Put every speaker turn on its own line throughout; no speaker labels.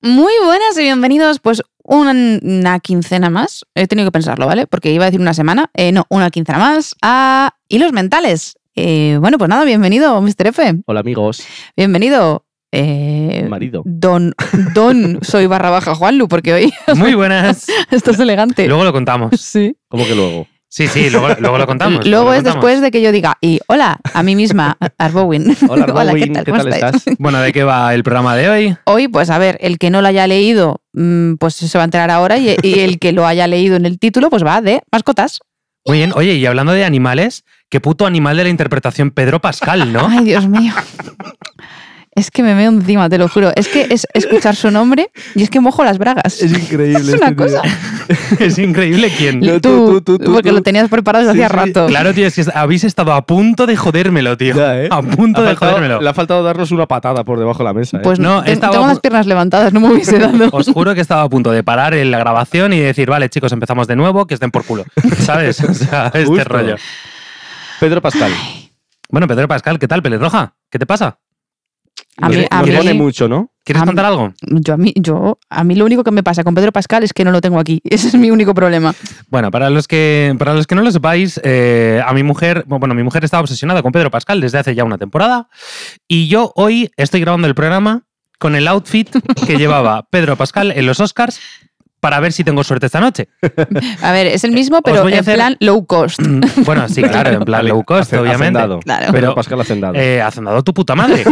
Muy buenas y bienvenidos, pues una quincena más. He tenido que pensarlo, ¿vale? Porque iba a decir una semana, eh, no, una quincena más a Hilos Mentales. Eh, bueno, pues nada, bienvenido, Mr. F.
Hola amigos,
Bienvenido. eh,
marido.
don, don, soy barra baja Juanlu, porque hoy
Muy buenas.
estás elegante.
Luego lo contamos.
Sí.
¿Cómo que luego?
Sí, sí, luego, luego lo contamos.
Luego
lo
es
contamos.
después de que yo diga, y hola, a mí misma, Arbowin.
Hola,
¿qué
Robin,
tal?
¿qué
¿Cómo
tal
estáis?
estás?
Bueno, ¿de qué va el programa de hoy?
Hoy, pues a ver, el que no lo haya leído, mm, pues se va a enterar ahora, y, y el que lo haya leído en el título, pues va de mascotas.
Muy bien. Oye, y hablando de animales, qué puto animal de la interpretación Pedro Pascal, ¿no?
Ay, Dios mío. Es que me meo encima, te lo juro. Es que es escuchar su nombre y es que mojo las bragas.
Es increíble.
Es una
este tío.
cosa.
es increíble quién.
No,
tú,
tú, tú, tú,
porque
tú.
lo tenías preparado desde
Sí,
hacía
sí.
rato.
Claro, tío, es que habéis estado a punto de jodérmelo, tío.
Ya, ¿eh?
A punto
Ha
de
faltado-
jodérmelo.
le ha faltado darnos una patada por debajo de la mesa. ¿eh?
Pues
No,
no, tengo,
estaba-
tengo las piernas levantadas, no me hubiese dado.
Os juro que estaba a punto de parar en la grabación y decir, vale, chicos, empezamos de nuevo, que estén por culo. ¿Sabes? O sea, este
Justo.
rollo.
Pedro Pascal.
Bueno, Pedro Pascal, ¿qué tal, pelirroja? ¿Qué te pasa?
A
nos
mí, a
nos
mí-
pone mucho, ¿no?
¿Quieres
Am-
contar algo?
yo, a mí, yo, a mí lo único que me pasa con Pedro Pascal es que no lo tengo aquí. Ese es mi único problema.
Bueno, para los que, para los que no lo sepáis, eh, a mi mujer, bueno, mi mujer estaba obsesionada con Pedro Pascal desde hace ya una temporada y yo hoy estoy grabando el programa con el outfit que llevaba Pedro Pascal en los Oscars para ver si tengo suerte esta noche.
A ver, es el mismo, pero
voy a
en
hacer- Mm.
plan low cost.
Bueno, sí, claro, en plan low cost,
Hace-
obviamente.
Hacendado.
Claro.
Pedro
Pero-
Pascal Hacendado.
Eh, hacendado tu puta madre.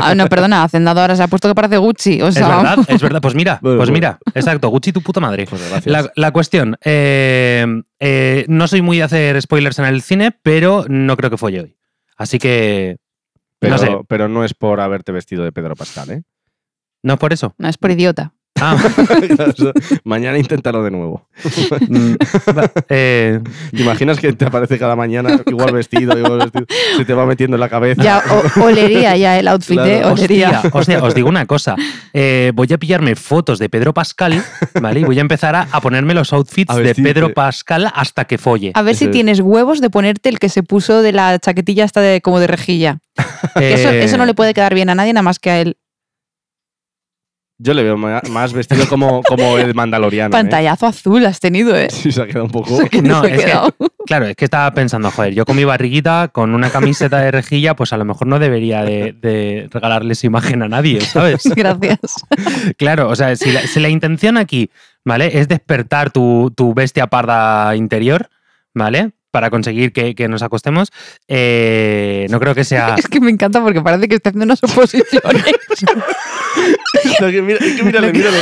Ah, no, perdona, Hacendado ahora se ha puesto que parece Gucci. O
Es
sea,
verdad, es verdad. Pues mira,
Bueno,
pues
bueno.
mira, exacto, Gucci tu puta madre.
Pues gracias.
La, la cuestión, eh, eh, no soy muy de hacer spoilers en el cine, pero no creo que folle hoy. Así que
pero,
no sé.
pero no es por haberte vestido de Pedro Pascal, ¿eh?
no es por eso.
no es por idiota.
Ah,
mañana inténtalo de nuevo.
mm, va, eh,
¿Te imaginas que te aparece cada mañana igual vestido, igual vestido? Se te va metiendo en la cabeza.
Ya o- olería ya el outfit,
Claro.
¿eh? Olería.
hostia, hostia, os digo una cosa. Eh, voy a pillarme fotos de Pedro Pascal, ¿vale? Y voy a empezar a, a ponerme los outfits
A
de
vestirte.
Pedro Pascal hasta que folle.
A ver si
Ese-
tienes huevos de ponerte el que se puso de la chaquetilla hasta de, como de rejilla. Que Eso,
Eh,
eso no le puede quedar bien a nadie, nada más que a él.
Yo le veo ma- más vestido como, como el mandaloriano. ¿eh?
Pantallazo azul has tenido, ¿eh?
Sí, se ha quedado un poco...
No,
Se ha
es que-
quedado.
Claro, es que estaba pensando, joder, yo con mi barriguita, con una camiseta de rejilla, pues a lo mejor no debería de, de regalarle esa imagen a nadie, ¿sabes?
Gracias.
Claro, o sea, si la, si la intención aquí, ¿vale? Es despertar tu, tu bestia parda interior, ¿vale? Para conseguir que, que nos acostemos, eh, no creo que sea...
Es que me encanta porque parece que está haciendo unas oposiciones.
No, que mira, es que mírale, mírale.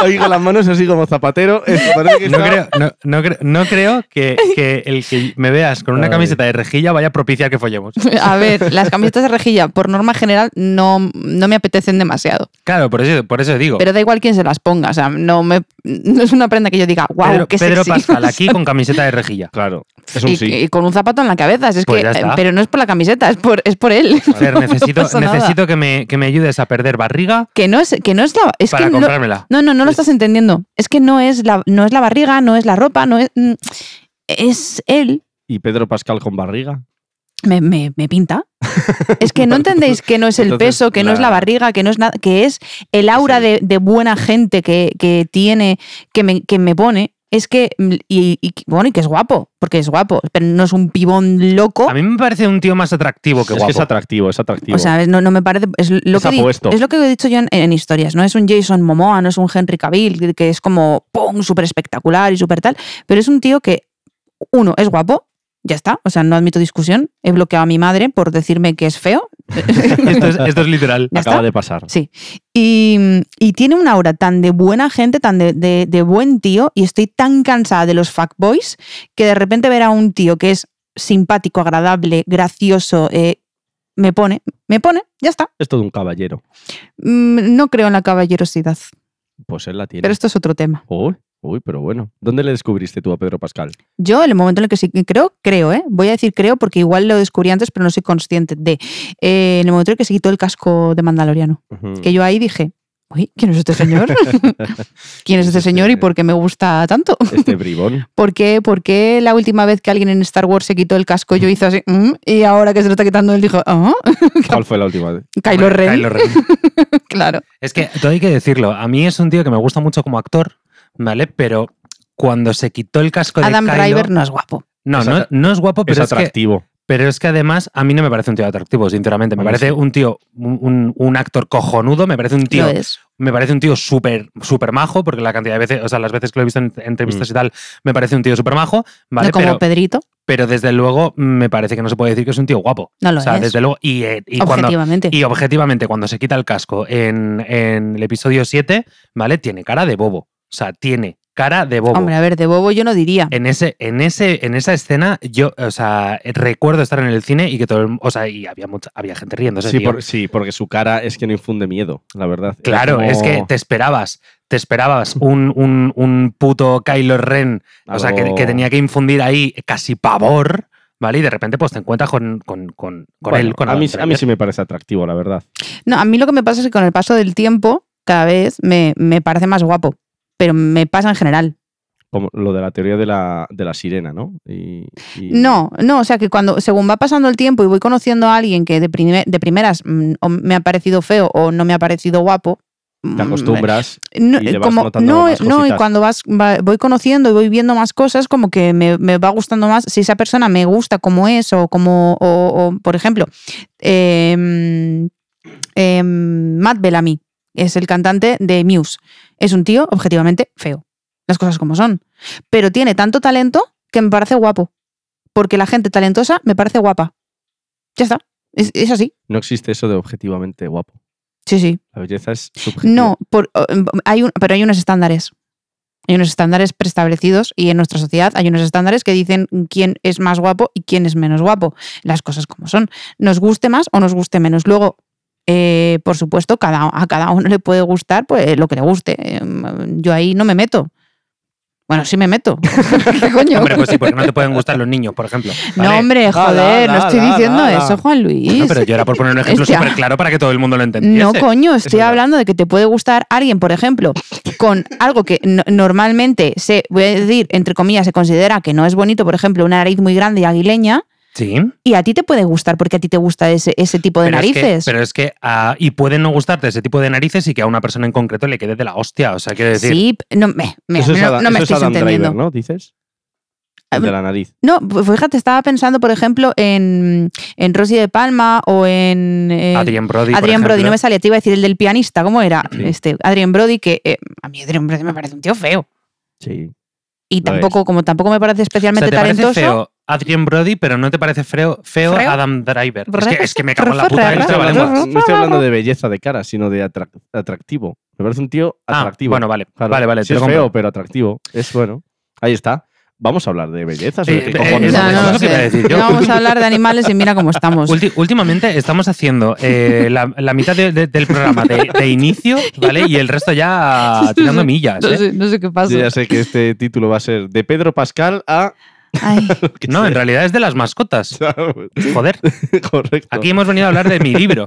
Ahí con las manos así como zapatero. Esto parece que
No
está-
creo, no, no creo, no creo que, que el que me veas con una
Ay.
camiseta de rejilla vaya a propiciar que follemos.
A ver, las camisetas de rejilla, por norma general, no, no me apetecen demasiado.
Claro, por eso, por eso digo.
Pero da igual quién se las ponga. O sea, no, me, no es una prenda que yo diga, wow,
Pedro,
qué
Pedro
sexy".
Pascal aquí con camiseta de rejilla.
Claro, es un
y,
sí.
y con un zapato en la cabeza. Es
Pues
que, eh,
ya está.
pero no es por la camiseta, es por, es por él.
Fer, necesito,
pasa nada.
necesito que, me, que me ayudes a perder barriga
Que no es, que no es la. Es
para
que no,
comprármela.
No, no, no lo
Es-
estás entendiendo. Es que no es la, no es la barriga, no es la ropa, no es. mm, Es él.
¿Y Pedro Pascal con barriga?
Me, me- me pinta. Es que no entendéis que no es el
Entonces,
peso, que no es la
la-
barriga, que no es nada, que es el aura
Sí.
de, de buena gente que, que tiene, que me, que me pone. Es que, mm, y, y- bueno, y que es guapo, porque es guapo, pero no es un pibón loco.
A mí me parece un tío más atractivo que
es
Oh, guapo.
que es atractivo, es atractivo.
O sea, es- no, no me parece. Es lo,
Es
que di-
apuesto.
es lo que he dicho yo en, en historias, ¿no? Es un Jason Momoa, no es un Henry Cavill, que es como ¡pum! súper espectacular y súper tal. Pero es un tío que, uno, es guapo, ya está. O sea, no admito discusión. He bloqueado a mi madre por decirme que es feo.
esto, es, esto es literal.
ya
Acaba
está.
de pasar.
Sí. Y, y tiene una aura tan de buena gente, tan de, de- de buen tío, y estoy tan cansada de los fuckboys que de repente ver a un tío que es simpático, agradable, gracioso, eh, me pone, me pone, ya está.
Es todo un caballero.
Mm, No creo en la caballerosidad,
Pues él la tiene.
pero esto es otro tema.
Uy, uy, pero bueno. ¿Dónde le descubriste tú a Pedro Pascal?
Yo, en el momento en el que sí que creo, creo, ¿eh? Voy a decir creo porque igual lo descubrí antes, pero no
Mm.
soy consciente de. Eh, en el momento en el que se quitó el casco de Mandaloriano. Que yo ahí dije, uy, ¿quién es este señor? ¿Quién es este señor y por qué me gusta tanto?
Este bribón.
¿Por qué, por qué la última vez que alguien en Star Wars se quitó el casco yo hice así "Mm", y ahora que se lo está quitando él dijo, ah,
¿Cuál fue la última vez?
Kylo
Hombre,
Ren,
Kylo Ren.
claro.
Es que todo hay que decirlo. A mí es un tío que me gusta mucho como actor, ¿vale? Pero cuando se quitó el casco de
Adam
Kylo-
Driver no es guapo.
No,
Es
no,
atra-
no es guapo,
Es
pero es, que,
atractivo.
pero es que además a mí no me parece un tío atractivo, sinceramente. Me
Hombre,
parece
sí.
un tío, un, un- un actor cojonudo, me parece un tío
Lo es.
me parece un tío súper súper majo, porque la cantidad de veces, o sea, las veces que lo he visto en
Mm.
entrevistas y tal, me parece un tío súper majo, ¿vale?
no como
Pero,
Pedrito,
pero desde luego mm, me parece que no se puede decir que es un tío guapo.
no lo
o sea,
es.
desde luego, y, eh, y cuando...
objetivamente.
Y objetivamente, cuando se quita el casco en, en el episodio 7, ¿vale? Tiene cara de bobo. O sea, tiene cara de bobo.
Hombre, a ver, de bobo yo no diría.
En, ese, en, ese, en esa escena, yo, o sea, recuerdo estar en el cine y que todo el- O sea, y había, mucha, había gente riéndose.
Sí,
tío.
por- sí, porque su cara es que no infunde miedo, la verdad.
Claro,
como
es que te esperabas, te esperabas un, un, un puto Kylo Ren, o sea, que,
algo-
que tenía que infundir ahí casi pavor, ¿vale? Y de repente pues te encuentras con, con, con, con
Bueno,
él, con
a, mí,
Adam
a mí
Driver.
sí me parece atractivo, la verdad.
No, a mí lo que me pasa es que con el paso del tiempo, cada vez me, me parece más guapo. Pero me pasa en general.
Como lo de la teoría de la, de la sirena, ¿no? Y- y-
No, no, o sea que cuando, según va pasando el tiempo y voy conociendo a alguien que de, prime- de primeras mm, o me ha parecido feo o no me ha parecido guapo.
Te
mm,
acostumbras.
No,
y le vas
como-
notando
no,
más
no, y
cositas.
cuando vas, va- voy conociendo y voy viendo más cosas, como que me, me va gustando más. Si esa persona me gusta como es, o como, o, o, por ejemplo, em, em, Matt Bellamy es el cantante de Muse. Es un tío objetivamente feo, las cosas como son. Pero tiene tanto talento que me parece guapo. Porque la gente talentosa me parece guapa. Ya está. Es, es así.
No existe eso de objetivamente guapo.
Sí, sí.
La belleza es subjetiva.
No, por- o, em, hay un- pero hay unos estándares. Hay unos estándares preestablecidos y en nuestra sociedad hay unos estándares que dicen quién es más guapo y quién es menos guapo. Las cosas como son. Nos guste más o nos guste menos. Luego, eh, por supuesto, cada, a cada uno le puede gustar pues, lo que le guste. Em, Yo ahí no me meto. Bueno, sí me meto. ¿Qué coño?
Hombre, pues sí, porque no te pueden gustar los niños, por ejemplo. ¿vale?
No, hombre,
Da,
joder, no
da,
Pues
da,
estoy
da,
diciendo
da, da.
eso, Juan Luis.
No, pero yo era por poner un ejemplo
Hostia.
súper claro para que todo el mundo lo entendiese.
No, coño, estoy
verdad.
hablando de que te puede gustar alguien, por ejemplo, con algo que no- normalmente se, voy a decir, entre comillas, se considera que no es bonito, por ejemplo, una nariz muy grande y aguileña,
Sí.
y a ti te puede gustar porque a ti te gusta ese, ese tipo de
pero es que-
narices.
pero es que, ah, y pueden no gustarte ese tipo de narices y que a una persona en concreto le quede de la hostia. O sea, quiero decir,
sí, p- no me, me-
Eso es
no-
Adam-
no me
eso es
estáis
Adam Driver,
entendiendo.
¿no? ¿Dices?
Ah,
El de la nariz.
¿no? pues fíjate, estaba pensando, por ejemplo, en, en Rosy de Palma o en... eh,
Adrien Brody. por
Adrien Brody,
ejemplo.
no me salía, te iba a decir el del pianista, ¿cómo era?
Sí.
Este, Adrien Brody, que eh, a mí Adrien Brody me parece un tío feo.
Sí.
Y
Lo
tampoco, como tampoco me parece
O sea,
especialmente
te
talentoso.
parece feo Adrien Brody, pero no te parece feo, feo
¿Freo?
Adam Driver. Es que, es que me cago en la
Ra,
puta ¿eh?
ra,
No
del
estoy
ra,
hablando-
ra,
trabalenguas.
no estoy hablando de belleza de cara, sino de atra- atractivo. Me parece un tío
Ah,
atractivo.
bueno, vale,
Claro.
vale, vale.
Sí
te lo
es
compro.
feo, pero atractivo. Es bueno. Ahí está. Vamos a hablar de belleza.
Eh, eh,
No,
Eso
no,
es lo
no
que
sé.
iba a decir yo.
No vamos a hablar de animales y mira cómo estamos.
Ulti- últimamente estamos haciendo eh, la, la mitad de- de- del programa de, de inicio, ¿vale? Y el resto ya tirando millas.
No
¿eh?
sé, no sé qué pasa.
Yo ya sé que este título va a ser de Pedro Pascal a...
Ay,
que
No,
sé.
en realidad es de las mascotas. Joder,
Correcto.
aquí hemos venido a hablar de mi libro.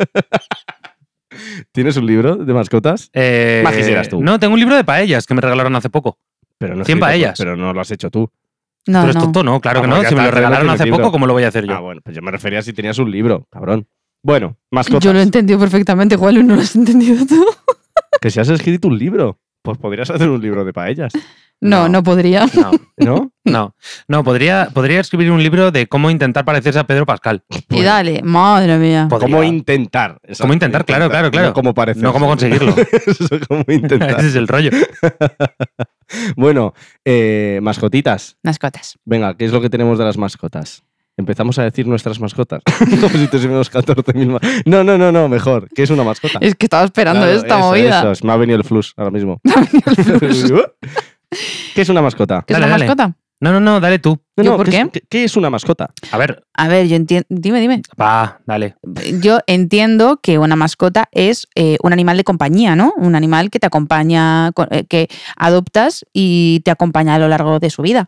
¿Tienes un libro de mascotas?
Eh,
Más quisieras tú.
No, tengo un libro de paellas que me regalaron hace poco.
Pero no es
Cien
escrito por-
paellas.
Pero no lo has hecho tú.
no,
Pero es
no.
tonto, no, claro
Ah,
que no.
porque
Si me lo
hasta ahora no
regalaron
tienes
hace
libro.
poco, ¿cómo lo voy a hacer yo?
Ah, bueno, pues yo me refería a si tenías un libro, cabrón. Bueno, mascotas.
Yo lo he entendido perfectamente, Juan, Luis, no lo has entendido tú.
Que si has escrito un libro, pues podrías hacer un libro de paellas,
No,
No.
no, podría.
¿no?
No, no. No, podría, podría escribir un libro de cómo intentar parecerse a Pedro Pascal.
Y dale, madre mía.
Podría.
Como intentar. exacto,
Cómo intentar, claro, claro, claro.
No como parecer.
No cómo conseguirlo.
Eso es como intentar.
Ese es el rollo.
bueno, eh, mascotitas.
Mascotas.
Venga, ¿qué es lo que tenemos de las mascotas? Empezamos a decir nuestras mascotas. como si tuviésemos 14.000 ma- No, no, no, no, mejor. ¿Qué es una mascota?
Es que estaba esperando
Claro,
esta
eso,
movida.
eso, es- me ha venido el flus ahora mismo. ¿Qué es una mascota?
¿Qué es
Dale,
una
dale.
mascota?
No, no, no, dale tú.
¿Yo por
¿qué es-
qué?
¿qué, qué es una mascota?
A ver,
A ver, yo entiendo. Dime, dime.
va, dale.
Yo entiendo que una mascota es eh, un animal de compañía, ¿no? Un animal que te acompaña, co- eh, que adoptas y te acompaña a lo largo de su vida.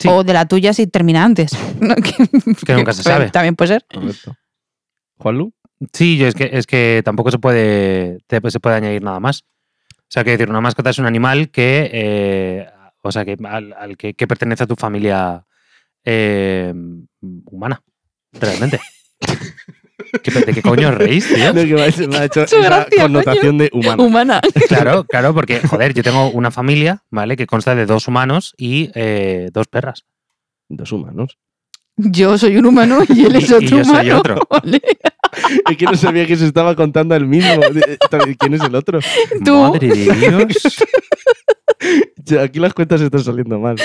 Sí.
O de la tuya si termina antes. No, que,
que nunca se sabe.
También puede ser.
Correcto. ¿Juanlu?
Sí, yo es que, es que tampoco se puede, te- pues, se puede añadir nada más. O sea, que decir, una mascota es un animal que, eh, o sea, que al, al que, que pertenece a tu familia eh, humana, realmente. ¿Qué, ¿De qué coño os reís, tío?
No, que me ha hecho- me ha hecho
Su
esa
gracia,
connotación de humano.
Humana.
Claro, claro, porque, joder, yo tengo una familia, ¿vale? Que consta de dos humanos y eh, dos perras.
Dos humanos.
Yo soy un humano y él es
Y- y
otro
yo soy
humano.
otro.
¿vale?
Es que no sabía que se estaba contando al mismo. eh, ¿Quién es el otro?
Tú.
Madre de Dios.
Yo- Aquí las cuentas están saliendo mal.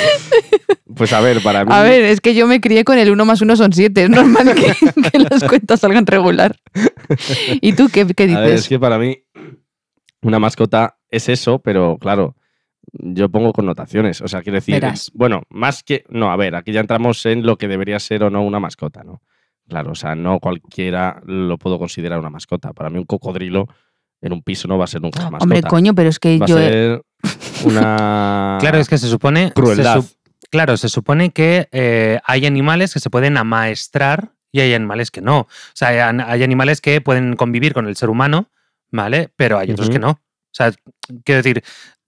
Pues a ver, para mí.
A ver, es que yo me crié con el 1 más 1 son 7. Es normal que, que las cuentas salgan regular. ¿Y tú qué, qué
a ver, es
dices?
que para mí una mascota es eso, pero claro, yo pongo connotaciones. O sea, quiero decir,
Verás.
bueno, más que. No, a ver, aquí ya entramos en lo que debería ser o no una mascota, ¿no? Claro, o sea, no cualquiera lo puedo considerar una mascota. Para mí, un cocodrilo en un piso no va a ser nunca una mascota.
Hombre, coño, pero es que
va a
yo. he-
ser una.
Claro, es que se supone. se
Crueldad.
sup- claro, se supone que eh, hay animales que se pueden amaestrar y hay animales que no. O sea, hay, an- hay animales que pueden convivir con el ser humano, ¿vale? Pero hay otros
Ujú.
que no. O sea, quiero decir,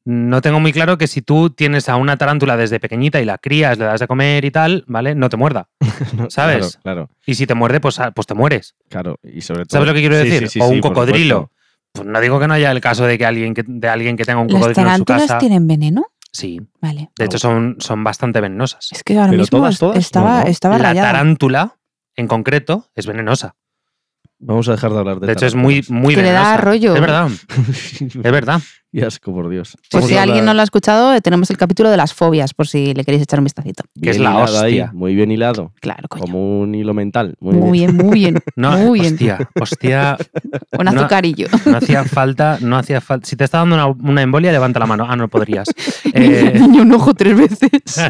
no tengo muy claro que si tú tienes a una tarántula desde pequeñita y la crías, le das de comer y tal, ¿vale? No te muerda.
Claro,
¿sabes?
Claro,
Y si te muerde, pues, ah, pues te mueres.
claro. Y sobre todo.
¿Sabes lo que quiero
Sí,
decir?
sí, sí,
o un
sí, por
cocodrilo.
supuesto.
Pues no digo que no haya el caso de que alguien que, de alguien que tenga un
¿Las
cocodrilo en su casa.
tarántulas tienen veneno?
Sí,
Vale.
de hecho son, son bastante venenosas.
Es que ahora
Pero
mismo
todas,
es-
todas,
estaba,
no, no.
estaba
la
rayada.
tarántula, en concreto, es venenosa.
Vamos a dejar de hablar de
De hecho, es muy,
tarántulas.
muy
Que le da
venenosa.
rollo.
Es verdad, es verdad.
y asco, por Dios.
Por
Vamos
Pues si
a
alguien no
hablar
lo ha escuchado, eh, tenemos el capítulo de las fobias, por si le queréis echar un vistacito.
que es
bien
la
hilado ahí,
hostia.
muy bien hilado.
Claro, coño.
Como un hilo mental.
Oh,
Muy,
Muy
bien.
bien, muy bien.
No,
Muy bien.
hostia, hostia,
Un
No.
azucarillo.
no hacía falta, no hacía falta. Si te está dando una, una embolia, levanta la mano. Ah, no podrías. Eh,
Guiño un ojo tres veces.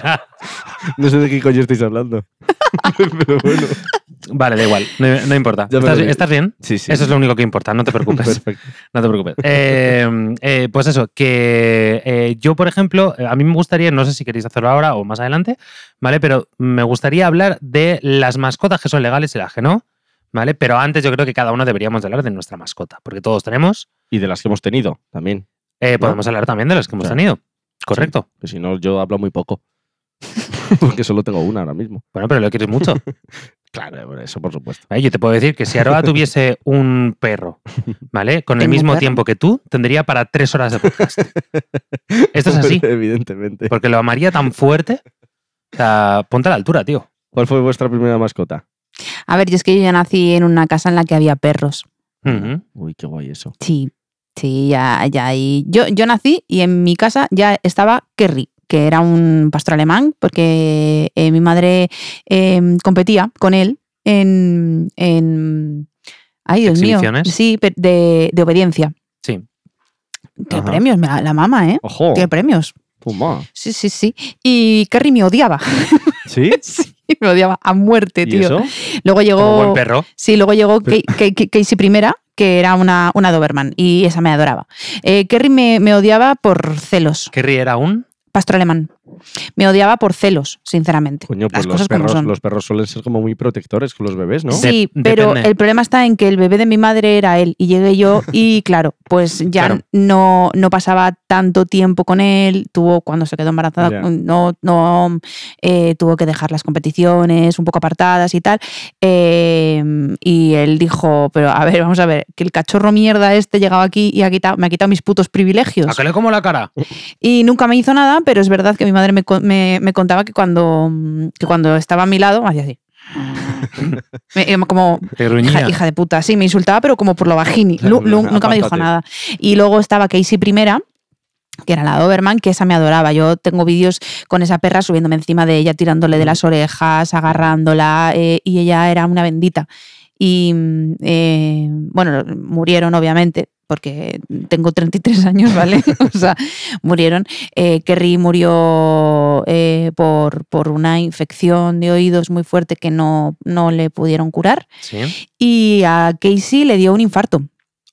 No sé de qué coño estáis hablando. Pero bueno.
vale, da igual, no, no importa.
Ya me
¿Estás,
lo vi.
estás bien?
Sí, sí.
Eso es lo único que importa, no te preocupes.
Perfecto.
No te preocupes. Eh, eh, pues eso, que eh, yo, por ejemplo, eh, a mí me gustaría, no sé si queréis hacerlo ahora o más adelante, ¿vale? Pero me gustaría hablar de las mascotas que son legales y las que no, ¿vale? Pero antes yo creo que cada uno deberíamos de hablar de nuestra mascota, porque todos tenemos.
Y de las que hemos tenido también.
Eh,
¿No?
Podemos hablar también de las que hemos
Sí.
tenido. Correcto.
Que si no, yo hablo muy poco. Porque solo tengo una ahora mismo.
Bueno, pero lo quieres mucho.
Claro, bueno, eso por supuesto.
¿vale? Yo te puedo decir que si Aroa tuviese un perro, ¿vale? Con el
Tengo un
mismo
perro.
tiempo que tú, tendría para tres horas de podcast. Esto es así.
Evidentemente.
Porque lo amaría tan fuerte. O sea, ponte a la altura, tío.
¿Cuál fue vuestra primera mascota?
A ver, yo es que yo ya nací en una casa en la que había perros.
Ujú.
Uy, qué guay eso.
Sí, sí, ya, ya. Y yo, yo nací y en mi casa ya estaba Kerry, que era un pastor alemán, porque eh, mi madre eh, competía con él en. en- ay, Dios mío.
¿Exhibiciones?
Sí, pe- de, de obediencia.
Sí. Oh.
Qué
Ajá.
premios, me la, la mama, ¿eh?
¡Ojo!
Qué premios.
Toma.
Sí, sí, sí. Y Kerry me odiaba.
¿Sí?
sí, me odiaba a muerte,
¿Y
tío.
eso?
Luego
Como buen
llegó.
perro.
Sí, luego llegó Ca- Ca- Ca- Casey primera, que era una, una Doberman, y esa me adoraba. Eh, Kerry me, me odiaba por celos,
Kerry era un.
pastor alemán. Me odiaba por celos, sinceramente.
Coño, pues
Las
los
cosas como
perros,
son.
los perros suelen ser como muy protectores con los bebés, ¿no?
Sí,
Dep-
pero
depende.
el problema está en que el bebé de mi madre era él y llegué yo y claro, pues ya
Claro.
No, no pasaba tanto tiempo con él, tuvo cuando se quedó embarazada,
Ya.
no, no eh, tuvo que dejar las competiciones un poco apartadas y tal. Eh, y él dijo, pero a ver, vamos a ver, que el cachorro mierda este llegaba aquí y ha quitado, me ha quitado mis putos privilegios.
¿A que le como la cara?
Y nunca me hizo nada, pero es verdad que mi madre me, co- me- me contaba que cuando, mm, que cuando estaba a mi lado me hacía así. Me- eh, como
Te
hija,
gruñía.
hija de puta, sí, me insultaba, pero como por lo bajini.
Claro,
Lu- lu- nunca me dijo
apártate.
nada. Y luego estaba Casey primera que era la Doberman, que esa me adoraba. Yo tengo vídeos con esa perra subiéndome encima de ella, tirándole de las orejas, agarrándola, eh, y ella era una bendita. Y mm, eh, bueno, murieron obviamente, porque tengo 33 años, ¿vale? o sea, murieron. Eh, Kerry murió eh, por, por una infección de oídos muy fuerte que no, no le pudieron curar
Sí.
y a Casey le dio un infarto.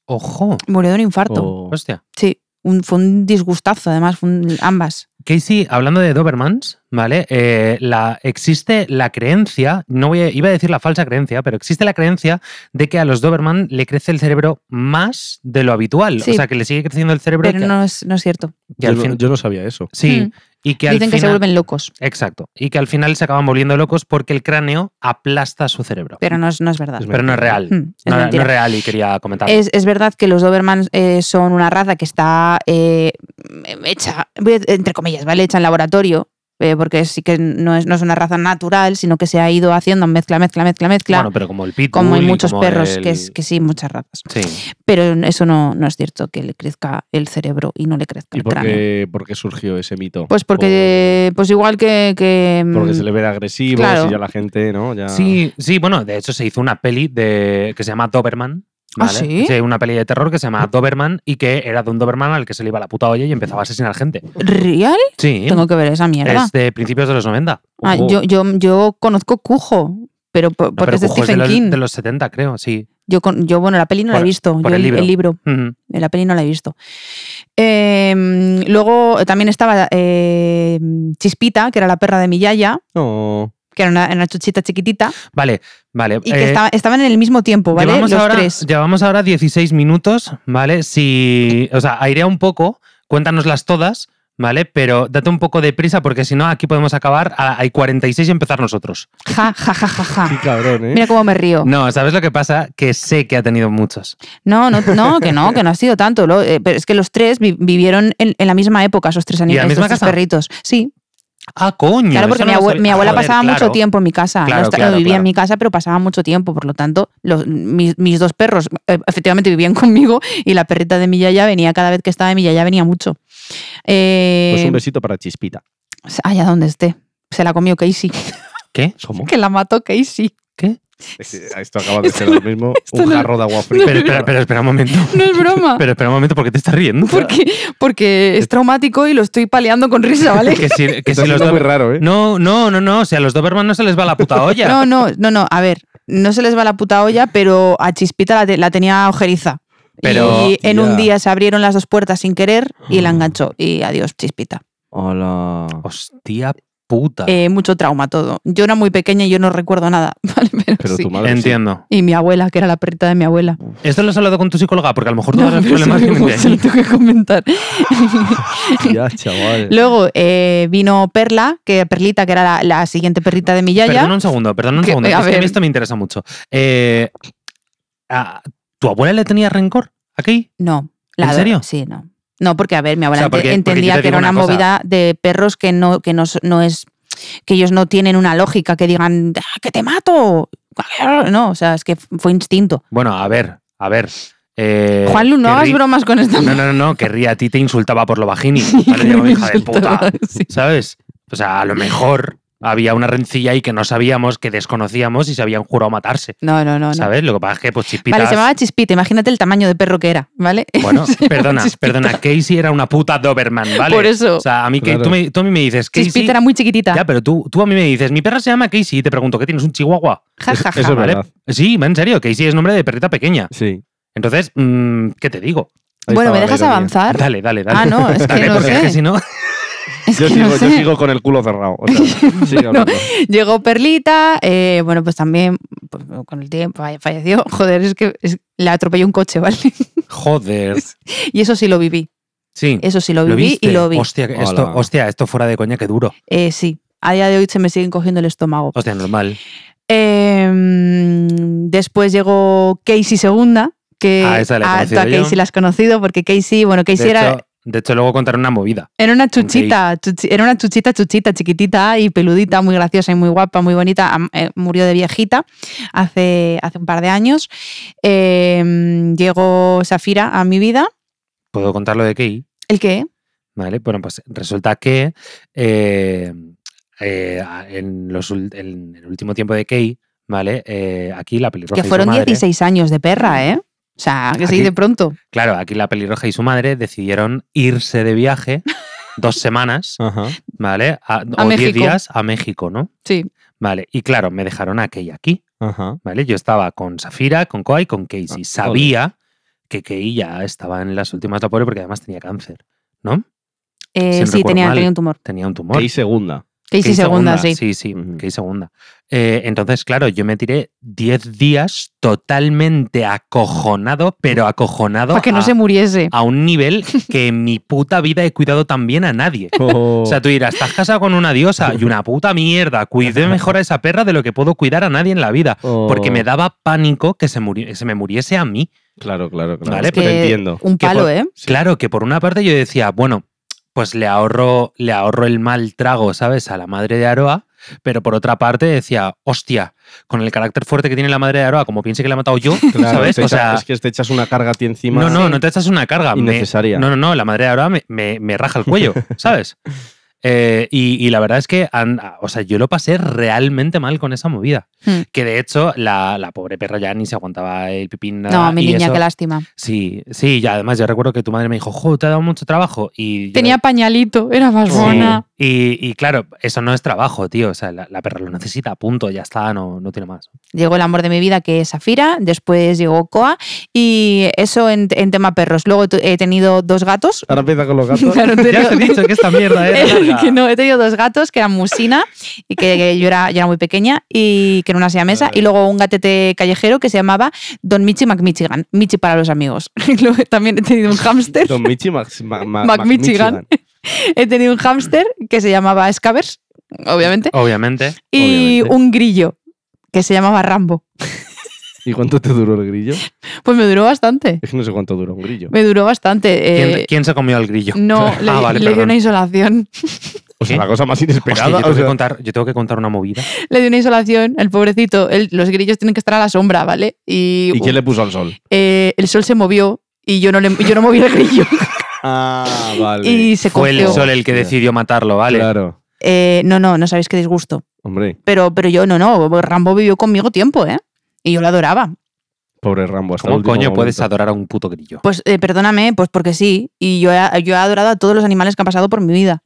Ojo.
Murió de un infarto.
O-
Hostia.
Sí, un- fue un disgustazo, además, fue un- ambas.
Casey, hablando de Dobermans, ¿vale? Eh, la, existe la creencia, no voy a- iba a decir la falsa creencia, pero existe la creencia de que a los Doberman le crece el cerebro más de lo habitual.
Sí.
O sea, que le sigue creciendo el cerebro. y
Pero
que-
no es, no es cierto.
y al
yo, no,
fin-
yo no sabía eso.
sí.
Mm.
Y que al
Dicen que se
final-
vuelven locos,
Exacto. Y que al final se acaban volviendo locos porque el cráneo aplasta su cerebro.
pero no es, no es verdad.
Es
Pero no es real.
Mm, es
no, no
mentira.
es real y quería comentar.
Es, es verdad que los Doberman eh, son una raza que está eh, hecha, voy a- entre comillas, ¿vale? Hecha en laboratorio, eh, porque sí que no es, no es una raza natural, sino que se ha ido haciendo mezcla, mezcla, mezcla, mezcla,
Bueno, pero como el pitbull.
como en
y
muchos
como
perros,
el-
que, es- que sí, muchas razas.
Sí.
Pero eso no, no es cierto, que le crezca el cerebro y no le crezca
¿Y
el
por
cráneo.
qué, por qué surgió ese mito?
Pues porque, pues igual que... que,
Por-
mm,
porque se le ve agresivo
Claro.
y ya la gente, ¿no? Ya...
sí, sí, bueno, de hecho se hizo una peli de, que se llama Doberman.
¿Ah,
¿vale?
sí?
una peli de terror que se llama Doberman y que era de un Doberman al que se le iba la puta olla y empezaba a asesinar gente.
¿Real?
Sí,
Tengo que ver esa mierda.
es de principios de los 90.
Ah,
Ojo.
yo, yo, yo conozco Cujo, pero po-
No,
porque
pero
es de
Cujo
Stephen
de los,
King.
de los 70, creo, sí.
Yo, con- yo, bueno, la peli no la he
Por-
visto.
por
yo
el libro. Ujú.
eh, La peli no la he visto. Eh, luego eh, también estaba eh, Chispita, que era la perra de mi yaya,
No.
que era una, era una chuchita chiquitita,
Vale, vale.
y que
eh,
estaba- estaban en el mismo tiempo, ¿vale?
Llevamos
Los
ahora,
tres.
llevamos ahora 16 minutos, ¿vale? Si, o sea, airea un poco, cuéntanoslas todas, ¿vale? Pero date un poco de prisa porque si no, aquí podemos acabar. a- Hay 46 y empezar nosotros.
Ja, ja, ja, ja,
Qué
ja.
cabrón, ¿eh?
Ah, Mira cómo me río.
No, ¿sabes lo que pasa? Que sé que ha tenido muchos.
No, no, no, que no, que no ha sido tanto. lo- eh, pero es que los tres vi- vivieron en, en la misma época, esos tres
la
animales,
misma
esos tres
casa?
perritos. Sí,
Ah, coño.
claro, porque
eso no
mi,
lo
abue-
sabía.
mi abuela
Joder,
pasaba
claro.
mucho tiempo en mi casa.
Claro,
no esta-
claro,
vivía
claro.
en mi casa, pero pasaba mucho tiempo. Por lo tanto, los- mis, mis dos perros eh, efectivamente vivían conmigo y la perrita de mi yaya venía cada vez que estaba de mi yaya, venía mucho. Eh,
Pues un besito para Chispita.
allá donde esté. Se la comió Casey,
¿Qué?
¿Cómo?
que la mató Casey.
Esto acaba de ser lo mismo.
esto
un
no-
jarro de agua fría.
Pero, espera, pero espera un momento.
No es broma.
Pero espera un momento, porque te estás riendo?
porque, porque es traumático y lo estoy paleando con risa, ¿vale?
Que si, que
Está
si los
siendo muy
Dober-
raro, ¿eh?
No, no, no, no. O sea, a los Doberman no se les va la puta olla.
No, no, no, no. A ver, no se les va la puta olla, pero a Chispita la, te- la tenía ojeriza.
Pero,
y en un
ya. Mm.
día se abrieron las dos puertas sin querer y la enganchó. Y adiós, Chispita.
Hola.
Hostia puta.
Eh, mucho trauma todo. Yo era muy pequeña y yo no recuerdo nada. ¿vale? Pero
Pero
sí.
tu madre. sí.
Entiendo.
Y mi abuela, que era la perrita de mi abuela.
Esto lo has hablado con tu psicóloga, porque a lo mejor todos
No,
los
pero se
problemas
lo-
vienen de
se lo
ahí.
tengo que comentar.
Ya, chaval.
Luego eh, vino Perla, que Perlita, que era la, la siguiente perrita de mi yaya.
Perdona un segundo, perdona un
Que-
segundo.
a
es que a
ver.
mí esto me interesa mucho. Eh, a- ¿Tu abuela le tenía rencor aquí?
No. la
¿En
adoro-
serio?
Sí, no. No, porque, a ver, mi abuela
O sea,
ente-
porque- porque yo
entendía
te
que era
digo
una,
una cosa.
movida de perros que no, que no, s- no es. que ellos no tienen una lógica, que digan, "Ah, que te mato. No, o sea, es que fue instinto.
Bueno, a ver, a ver. Eh,
Juanlu, no
que
hagas
Ri-
bromas con esta
No, no, no, no, que Ri a ti te insultaba por lo bajini. Vale, llama hija de puta.
Sí.
¿Sabes? O sea, a lo mejor había una rencilla ahí que no sabíamos, que desconocíamos y se habían jurado matarse.
No, no, no. no.
¿Sabes? Lo que pasa es que, pues, chispitas.
Vale, se llamaba Chispita, imagínate el tamaño de perro que era, ¿vale?
Bueno,
Se llamaba
perdona,
Chispita.
perdona. Casey era una puta Doberman, ¿vale?
Por eso.
O sea, a mí, que-
Claro.
tú, me- tú a mí me dices, Casey.
Chispita era muy chiquitita.
Ya, pero tú, tú a mí me dices, mi perra se llama Casey y te pregunto, ¿qué tienes? ¿Un chihuahua?
Ja, ja, ja.
Eso es
Vale.
¿eh?
verdad.
Sí, en serio, Casey es nombre de perrita pequeña.
Sí.
Entonces, mm, ¿qué te digo?
Ahí
bueno,
estaba
¿me
la
dejas
ironía.
avanzar?
Dale, dale, dale.
Ah, no, es que
Dale,
no
porque es que
sé.
si no,
Es
Yo
que
sigo,
no
yo
sé.
sigo con el culo cerrado. O sea, sigue hablando.
Llegó Perlita, eh, bueno, pues también pues, con el tiempo falle- falleció. Joder, es que es- le atropelló un coche, ¿vale?
joder.
Y eso sí lo viví,
Sí.
eso sí lo
¿Lo
viví
viste?
y lo vi.
Hostia, que esto,
Hola.
hostia, esto fuera de coña, que duro.
Eh, sí, a día de hoy se me siguen cogiendo el estómago.
Hostia, normal.
Eh, después llegó Casey Segunda, que
Ah, esa la he
ah, tú a
conocido yo.
Casey la has conocido, porque Casey, bueno, Casey
De
era,
hecho, de hecho, luego contaré una movida.
Era una chuchita, chuchi- era una chuchita, chuchita, chiquitita y peludita, muy graciosa y muy guapa, muy bonita. Am- eh, Murió de viejita hace, hace un par de años. Eh, llegó Safira a mi vida.
Puedo contar lo de Key.
¿El qué?
Vale, bueno, pues resulta que eh, eh, en, los, ul- en el último tiempo de Key, ¿vale? Eh, aquí la pelirroja. y
Que
su
fueron
madre- Mm.
16 años de perra, ¿eh? O sea, que se
Aquí-
dice pronto.
Claro, aquí la pelirroja y su madre decidieron irse de viaje dos semanas,
Ajá.
¿vale? A-
A
o diez
México.
días a México, ¿no?
Sí.
Vale, y claro, me dejaron a Kei aquí,
Ajá.
¿vale? Yo estaba con Safira, con Koi, con Casey.
Ah,
Sabía que Kei ya estaba en las últimas de apoyo porque además tenía cáncer, ¿no?
Eh,
Si no
sí,
recuerdo
tenía,
mal.
tenía un tumor.
Tenía un tumor.
Key segunda.
Casey
Key
segunda, sí.
Sí, sí,
Ujú.
Key segunda. Eh, entonces, claro, yo me tiré 10 días totalmente acojonado, pero acojonado
Para que no
a,
se muriese.
a un nivel que en mi puta vida he cuidado tan bien a nadie.
Oh.
O sea, tú dirás, estás casado con una diosa y una puta mierda. Cuidé mejor a esa perra de lo que puedo cuidar a nadie en la vida. Porque
Oh.
me daba pánico que se, muri- se me muriese a mí.
Claro, claro, claro.
Vale,
Te
que
entiendo.
Un
Que
palo,
por-
¿eh?
Claro que por una parte yo decía, bueno, pues le ahorro, le ahorro el mal trago, ¿sabes? A la madre de Aroa. Pero por otra parte decía, hostia, con el carácter fuerte que tiene la madre de Aroa, como piense que la he matado yo,
Claro,
¿sabes?
te
O
echa-
sea,
es que te echas una carga a ti encima.
no, no, no te echas una carga. me-
Innecesaria.
no, no, no, la madre de Aroa me, me- me raja el cuello, ¿sabes? Eh, y, y la verdad es que, an- o sea, yo lo pasé realmente mal con esa movida.
Hmm.
Que de hecho, la, la pobre perra ya ni se aguantaba el pipín. nada,
No, mi
Ah, y
niña,
eso-
qué lástima.
Sí, sí, y además yo recuerdo que tu madre me dijo, jo, te ha dado mucho trabajo. Y yo-
Tenía pañalito, era más
Sí.
buena.
Y, y claro, eso no es trabajo, tío. O sea, la, la perra lo necesita, punto, ya está, no, no tiene más.
Llegó el amor de mi vida, que es Zafira, después llegó Coa, y eso en, en tema perros. Luego tu- he tenido dos gatos.
Ahora empieza con los gatos.
Claro, he
Ya
tenido-
os he dicho que esta mierda era larga.
que no, he tenido dos gatos, que eran Musina, y que, que yo, era, yo era muy pequeña, y que era una siamesa, y luego un gatete callejero que se llamaba Don Michi McMichigan, Michi para los amigos. Y luego también he tenido un hámster,
Don Michi Max, Ma- Ma-
Mac
Mac
Michigan.
Michigan.
he tenido un hámster que se llamaba Scavers, obviamente,
Obviamente.
y
obviamente.
un grillo que se llamaba Rambo.
¿Y cuánto te duró el grillo?
Pues me duró bastante.
Es que no sé cuánto duró un grillo.
Me duró bastante.
¿Quién,
eh,
quién se comió al grillo?
no,
Ah,
le,
vale,
le dio
perdón.
una insolación.
O sea,
¿Qué?
la cosa más
Hostia, yo,
inesperada.
tengo
o
que
sea,
contar, yo tengo que contar una movida.
Le dio una insolación, el pobrecito. Él- los grillos tienen que estar a la sombra, ¿vale? Y,
¿Y quién le puso al sol?
eh, el sol se movió y yo no, le, yo no moví el grillo.
Ah, vale.
y se
Fue el
cogió.
sol el que
Hostia.
decidió matarlo, ¿vale?
Claro.
Eh, no, no, no sabéis qué disgusto.
Hombre,
Pero, pero yo no, no. Rambo vivió conmigo tiempo, ¿eh? Y yo lo adoraba.
pobre Rambo. Hasta el
¿Cómo
último
coño
momento.
puedes adorar a un puto grillo?
Pues eh, perdóname, pues porque sí. Y yo he, yo he adorado a todos los animales que han pasado por mi vida.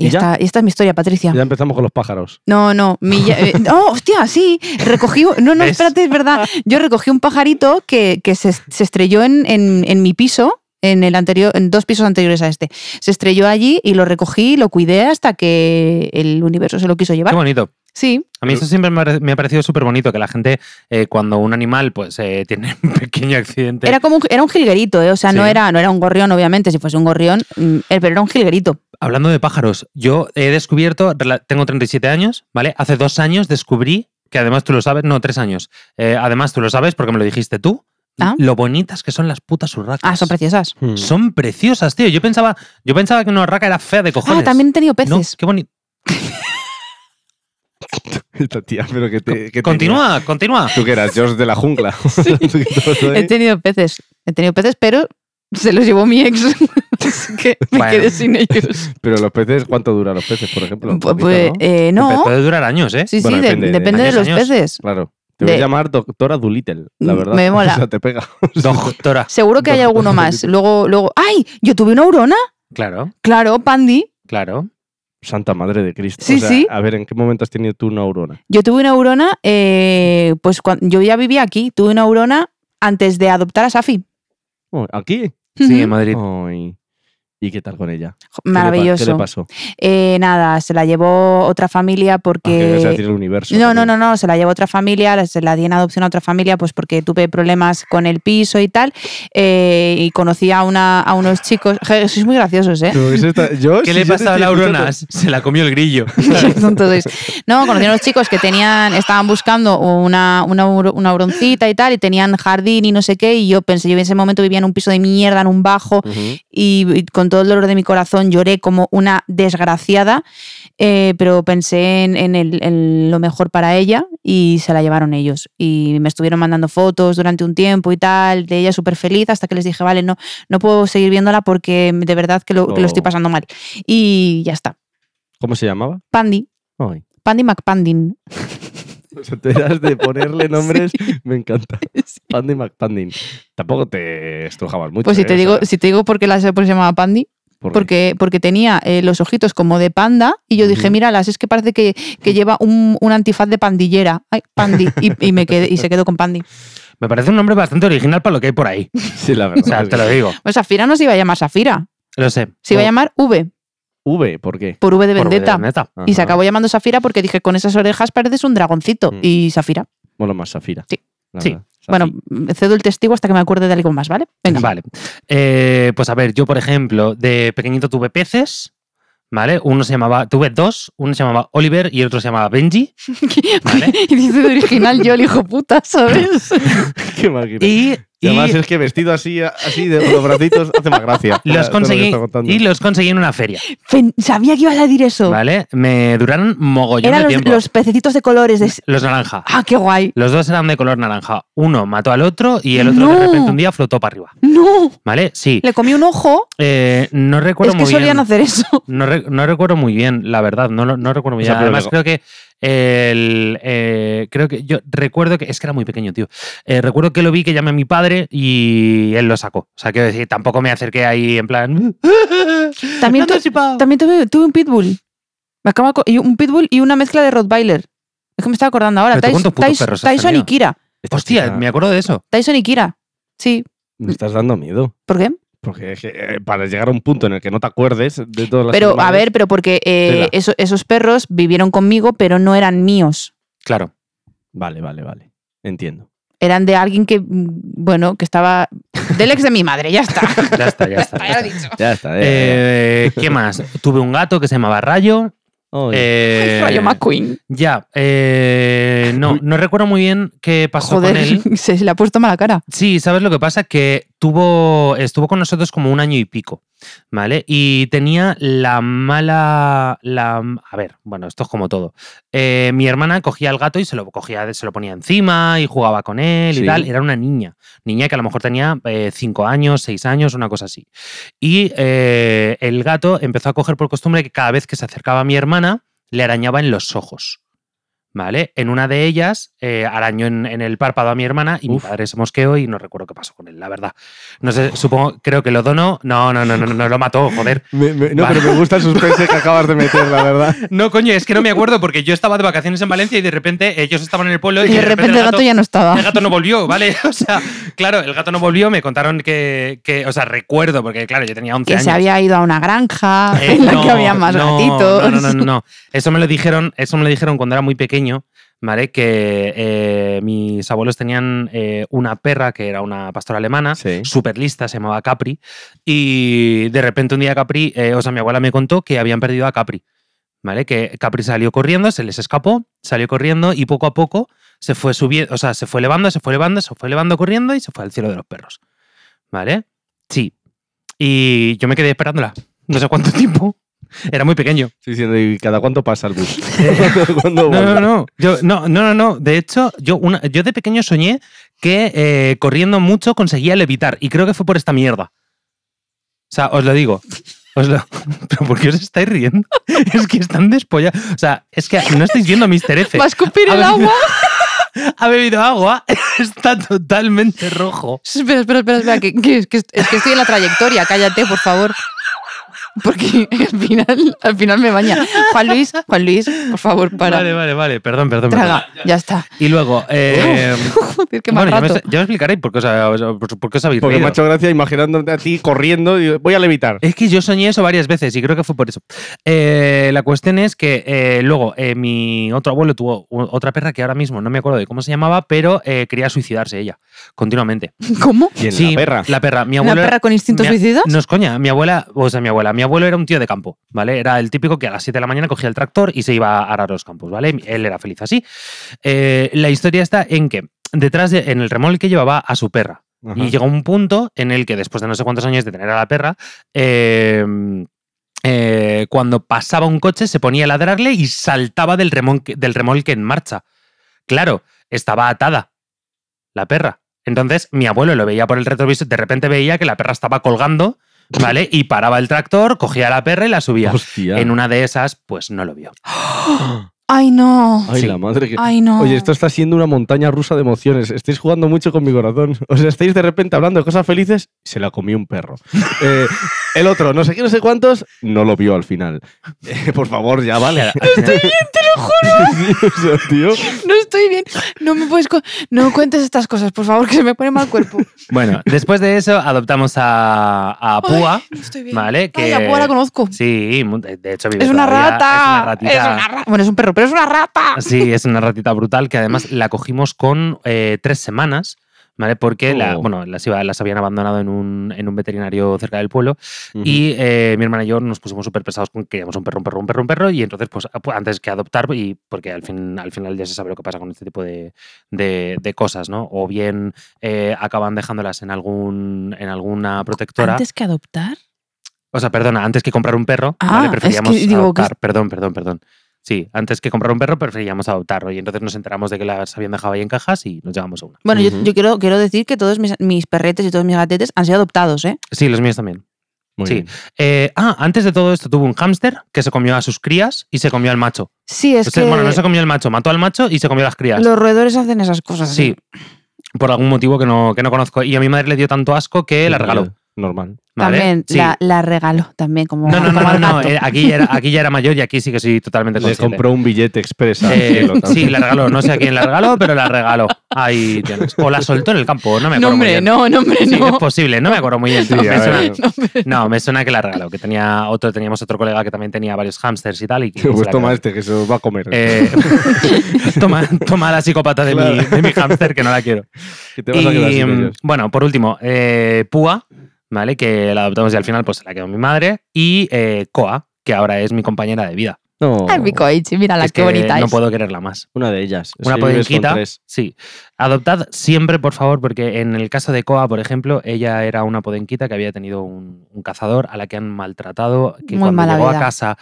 Y,
¿Y ya?
esta, y esta es mi historia, Patricia.
Ya empezamos con los pájaros.
No, no, mi ya- eh, no, hostia, sí, recogí, no, no,
¿Ves?
espérate, es verdad, yo recogí un pajarito que, que se, se estrelló en, en- en mi piso, en el anterior, en dos pisos anteriores a este, se estrelló allí y lo recogí, lo cuidé hasta que el universo se lo quiso
Qué
llevar.
bonito.
Sí,
A mí eso siempre me ha pare- me ha parecido súper bonito, que la gente, eh, cuando un animal pues eh, tiene un pequeño accidente,
era como un, era un jilguerito, ¿eh? o sea, no
Sí.
era no era un gorrión, obviamente, si fuese un gorrión, mm, eh, pero era un jilguerito.
Hablando de pájaros, yo he descubierto, rela- tengo 37 años, ¿vale? Hace dos años descubrí, que además tú lo sabes, no, tres años, Eh, además tú lo sabes porque me lo dijiste tú,
Ah.
lo bonitas que son las putas urracas.
Ah, son preciosas.
Mm.
Son preciosas, tío. Yo pensaba, yo pensaba que una urraca era fea de cojones.
Ah, también he tenido
No,
peces.
qué bonito.
Esta tía, pero que te. que
Continúa, continúa.
tenía. Tú que eras George de la jungla. Tú que todo eso, ¿eh?
He tenido peces, he tenido peces, pero se los llevó mi ex, así que me
Bueno.
quedé sin ellos.
Pero los peces, ¿cuánto duran los peces, por ejemplo?
Pues,
Poquito,
eh,
¿no?
eh, no.
Puede durar años, ¿eh?
Sí,
Bueno,
sí, de-
depende
depende,
de-
de
años,
los
años.
peces.
Claro. Te voy
de-
a llamar doctora Doolittle, la
Mm,
verdad.
me mola.
O sea, te pega.
Doctora.
Seguro que hay
Dos-
alguno
dos
más.
peces.
Luego, luego. ¡Ay! Yo tuve una aurona.
Claro,
Claro, Pandi.
claro.
Santa madre de Cristo.
Sí,
O sea,
sí.
A ver, ¿en qué momento has tenido tú una aurona?
Yo tuve una aurona. eh, pues cuando yo ya vivía aquí. Tuve una aurona antes de adoptar a Safi.
Oh, ¿Aquí?
Sí, en
Ujú.
Madrid.
Ay. ¿Y qué tal con ella? ¿Qué le pa-
Maravilloso.
¿Qué le pasó?
Eh, nada, se la llevó otra familia
Ah, que ibas a decir
porque.
el universo.
No, no, no, no, se la llevó otra familia, se la di en adopción a otra familia, pues porque tuve problemas con el piso y tal. eh, y conocí a, una, a unos chicos. Je, sois muy graciosos, ¿eh?
no. Yo,
¿Qué
si
le
yo te
pasa a
estoy
la
escuchando-
aurona? Se la comió el grillo.
Qué tontos sois. No, conocí a unos chicos que tenían, estaban buscando una, una, ur- una auroncita y tal, y tenían jardín y no sé qué, y yo pensé, yo en ese momento vivía en un piso de mierda, en un bajo,
Ujú.
y, y con todo el dolor de mi corazón lloré como una desgraciada, eh, pero pensé en, en el- en lo mejor para ella y se la llevaron ellos. Y me estuvieron mandando fotos durante un tiempo y tal, de ella súper feliz, hasta que les dije, vale, no, no puedo seguir viéndola porque de verdad que lo, que lo estoy
Oh.
pasando mal. Y ya está.
¿Cómo se llamaba?
Pandy.
Ay.
Pandy McPandin.
O sea, te das de ponerle nombres, me encanta. Pandy McPandin. Tampoco te estrujabas mucho.
Pues si
¿eh?
te
O
digo,
sea,
si te digo por qué la sé por qué se pues llamaba Pandy,
¿por qué?
porque, porque tenía eh, los ojitos como de panda y yo dije,
Ujú.
míralas, es que parece que, que lleva un, un antifaz de pandillera. Ay, Pandy. Y, y me quedé, y se quedó con Pandy.
Me parece un nombre bastante original para lo que hay por ahí.
Sí, la
O
verdad.
sea,
es
te lo digo.
Pues Safira no se iba a llamar Safira.
Lo sé.
Se iba a llamar V,
V, ¿por qué?
por V de
Por V de
Vendetta.
Vendetta.
Y se
Ajá.
acabó llamando Safira porque dije, con esas orejas pareces un dragoncito.
Mm.
Y Safira.
Mola más Safira.
Sí.
la
Sí.
verdad.
Bueno,
Safi.
cedo el testigo hasta que me acuerde de algo más, ¿vale? Venga.
Vale. Eh, pues a ver, yo, por ejemplo, de pequeñito tuve peces, ¿vale? Uno se llamaba, tuve dos, uno se llamaba Oliver y el otro se llamaba Benji. Vale.
y dice de original yo el hijo puta, ¿sabes?
Qué mal que-
Y,
Y
y
además es que vestido así, así de con los bracitos, hace más gracia. Todo lo
los
que
conseguí,
está contando.
y los conseguí en una feria,
Fen- Sabía que ibas a decir eso.
¿vale? Me duraron mogollón
Eran
de
los,
tiempo.
los pececitos de colores. De...
Los naranja.
¡Ah, qué guay!
Los dos eran de color naranja. Uno mató al otro y el otro
No.
de repente un día flotó para arriba.
¡No!
¿Vale? Sí.
Le comí un ojo.
Eh, no recuerdo
es que
muy bien.
solían hacer eso.
No, re- no recuerdo muy bien, la verdad. No, lo- no recuerdo muy
O
bien.
sea, pero
Además,
luego-
creo que el, eh, creo que yo recuerdo que es que era muy pequeño, tío. Eh, recuerdo que lo vi que llamé a mi padre y él lo sacó. O sea, quiero decir, tampoco me acerqué ahí en plan.
También
"No te
tú-
has chipado".
También tuve, tuve un pitbull. Me acabo de aco- y un pitbull y una mezcla de Rottweiler. Es que me estaba acordando ahora.
Pero tú
Tyson,
cuántos putos
Tyson-
perros has
Tyson y
tenido.
Kira.
Esta
Hostia,
chica,
me acuerdo de eso.
Tyson y Kira. Sí.
me estás dando miedo.
¿Por qué?
Porque es que, eh, para llegar a un punto en el que no te acuerdes de todas las
Pero, a
animales-
ver, pero porque eh,
Tela.
eso- esos perros vivieron conmigo, pero no eran míos.
Claro.
Vale, vale, vale. Entiendo.
Eran de alguien que, mm, bueno, que estaba. Del ex de mi madre, ya está.
Ya está, ya está.
Ya lo he dicho.
Ya está, ya, ya, ya.
Eh, ¿Qué más? Tuve un gato que se llamaba Rayo.
Oy.
Eh,
Rayo McQueen.
ya, eh, no, no recuerdo muy bien qué pasó
Joder,
con él.
se le ha puesto mala cara.
Sí, ¿sabes lo que pasa? Que tuvo, estuvo con nosotros como un año y pico, ¿vale? Y tenía la mala... La, a ver, bueno, esto es como todo. Eh, mi hermana cogía al gato y se lo, cogía, se lo ponía encima y jugaba con él y
Sí.
tal. Era una niña, niña que a lo mejor tenía eh, cinco años, seis años, una cosa así. Y eh, el gato empezó a coger por costumbre que cada vez que se acercaba a mi hermana, le arañaba en los ojos. ¿Vale? En una de ellas eh, arañó en, en el párpado a mi hermana y
Uf.
mi padre se mosqueó y no recuerdo qué pasó con él, la verdad. No sé, supongo, creo que lo donó. No, no, no, no, no, no lo mató, joder.
Me- me- no,
Vale.
pero me gusta el suspense que acabas de meter, la verdad.
No, coño, es que no me acuerdo porque yo estaba de vacaciones en Valencia y de repente ellos estaban en el pueblo
Y de repente el gato ya no estaba.
El gato no volvió, ¿vale? O sea, claro, el gato no volvió, me contaron que, que- o sea, recuerdo, porque claro, yo tenía 11
Que
años.
se había ido a una granja
Eh,
en la
no,
que había más
no,
gatitos.
No, no, no, no, no. Eso me lo dijeron, eso me lo dijeron cuando era muy pequeño, ¿vale? Que eh, mis abuelos tenían eh, una perra que era una pastora alemana,
Sí.
súper lista, se llamaba Capri, y de repente un día Capri, eh, o sea, mi abuela me contó que habían perdido a Capri, ¿vale? Que Capri salió corriendo, se les escapó, salió corriendo y poco a poco se fue subiendo, o sea, se fue elevando, se fue elevando, se fue elevando corriendo y se fue al cielo de los perros, ¿vale? Sí. Y yo me quedé esperándola, no sé cuánto tiempo. Era muy pequeño.
Estoy diciendo, ¿y cada cuánto pasa el bus?
No,
¿Cuándo
Eh, no,
vuelve?
no. Yo, no, no, no, no. De hecho, yo, una- yo de pequeño soñé que eh, corriendo mucho conseguía levitar. Y creo que fue por esta mierda. O sea, os lo digo. Os lo- ¿Pero por qué os estáis riendo? Es que están despollados. O sea, es que no estáis viendo a Mr. F.
Va a escupir
A
el
ver.
agua.
Ha bebido agua. Está totalmente rojo.
Espera, espera, espera, espera, que, que- que- es que estoy en la trayectoria, cállate, por favor. Porque al final, al final me baña. Juan Luis, Juan Luis, por favor, para.
Vale, vale, vale. Perdón, perdón. perdón.
Traga, ya está.
Y luego. eh,
Joder, qué mal
bueno, ya me,
rato.
ya me explicaré por qué os, por, por qué os habéis
Porque me
reído.
ha hecho gracia imaginándote a ti corriendo. y voy a levitar.
Es que yo soñé eso varias veces y creo que fue por eso. Eh, la cuestión es que eh, luego eh, mi otro abuelo tuvo u- otra perra que ahora mismo no me acuerdo de cómo se llamaba, pero eh, quería suicidarse ella continuamente.
¿Cómo?
Y en
Sí,
la perra.
La perra. Mi
¿Una
abuelo
perra con instintos
mi a-
suicidas?
No es coña, mi abuela, o sea, mi abuela, mi abuelo era un tío de campo, ¿vale? Era el típico que a las 7 de la mañana cogía el tractor y se iba a arar los campos, ¿vale? Él era feliz así. Eh, la historia está en que detrás, de- en el remolque llevaba a su perra,
Ajá.
y llegó un punto en el que después de no sé cuántos años de tener a la perra, eh, eh, cuando pasaba un coche se ponía a ladrarle y saltaba del remolque, del remolque en marcha. Claro, estaba atada la perra. Entonces mi abuelo lo veía por el retrovisor, de repente veía que la perra estaba colgando, ¿vale? Y paraba el tractor, cogía a la perra y la subía.
Hostia.
En una de esas, pues no lo vio.
Ay, no.
Ay,
Sí.
la madre que.
Ay, no.
Oye, esto está siendo una montaña rusa de emociones. Estáis jugando mucho con mi corazón. Os estáis de repente hablando de cosas felices. Se la comió un perro. Eh, el otro, no sé qué, no sé cuántos, no lo vio al final. Eh, por favor, ya vale. Dios, tío.
No estoy bien. No me puedes. cu- No me cuentes estas cosas, por favor, que se me pone mal cuerpo.
Bueno, después de eso adoptamos a, a Púa.
No estoy bien.
Vale,
Ay, pues,
que-
la púa la conozco.
Sí, mu- de de hecho vive
es una
todavía,
rata.
Es una ratita.
rata. Bueno, es un perro, pero es una rata.
Sí, es una ratita brutal que además la cogimos con eh, tres semanas, ¿vale? Porque la-
Oh.
bueno, las, iba- las habían abandonado en un, en un veterinario cerca del pueblo y eh, mi hermana y yo nos pusimos súper pesados con que queríamos un perro, un perro, un perro, un perro y entonces pues a- antes que adoptar y porque al, fin, al final ya se sabe lo que pasa con este tipo de, de- de cosas, ¿no? O bien eh, acaban dejándolas en, algún, en alguna protectora.
Antes que adoptar.
O sea, perdona, antes que comprar un perro,
Ah,
¿vale?
es que
Preferíamos
digo que es-
adoptar. Perdón, perdón, perdón. Sí, antes que comprar un perro, preferíamos adoptarlo. Y entonces nos enteramos de que las habían dejado ahí en cajas y nos llevamos a una.
Bueno, yo-
Ujú.
yo, quiero, quiero decir que todos mis, mis perretes y todos mis gatetes han sido adoptados, ¿eh?
Sí, los míos también.
Muy
sí.
bien.
Eh, ah, antes de todo esto tuvo un hámster que se comió a sus crías y se comió al macho.
Sí, es
O sea,
que
Bueno, no se comió al macho, mató al macho y se comió a las crías.
los roedores hacen esas cosas. ¿eh?
Sí. Por algún motivo que no, que no conozco. Y a mi madre le dio tanto asco que la regaló.
Normal.
¿vale?
También
Sí.
la, la regalo, también, como,
No, no,
como
no, no,
al
no,
gato.
eh, aquí, ya era, aquí ya era mayor y aquí sí que soy totalmente
Le
consciente.
compró un billete expresa.
Eh, sí, la regaló. No sé a quién la regaló, pero la regaló. Ahí tienes. O la soltó en el campo, no me
no,
acuerdo. muy
hombre,
bien.
no, no, hombre,
Sí,
no.
es posible, no me acuerdo muy bien.
Sí,
me
a
suena-
ver.
No, hombre.
no, me suena que la regaló, que tenía otro, teníamos otro colega que también tenía varios hámsters y tal. Y que se
Pues
la
toma
quedó.
este, que se lo va a comer.
Eh, toma, toma la psicópata de, mi,
Claro.
de mi hámster, que no la quiero.
que te vas a quedar
Y,
sin
mm,
ellos.
bueno, por último, eh, Púa, ¿vale? Que la adoptamos y al final pues se la quedó mi madre. Y eh, Coa, que ahora es mi compañera de vida.
No.
Ay, mi coichi, mírala,
Oh. Es
qué
que
bonita
No
es.
puedo quererla más.
Una de ellas. Es
Una
que vives con
podenquita.
tres.
Sí. Adoptad siempre, por favor, porque en el caso de Coa, por ejemplo, ella era una podenquita que había tenido un, un cazador a la que han maltratado, que
Muy
cuando
mala
llegó
vida.
a casa,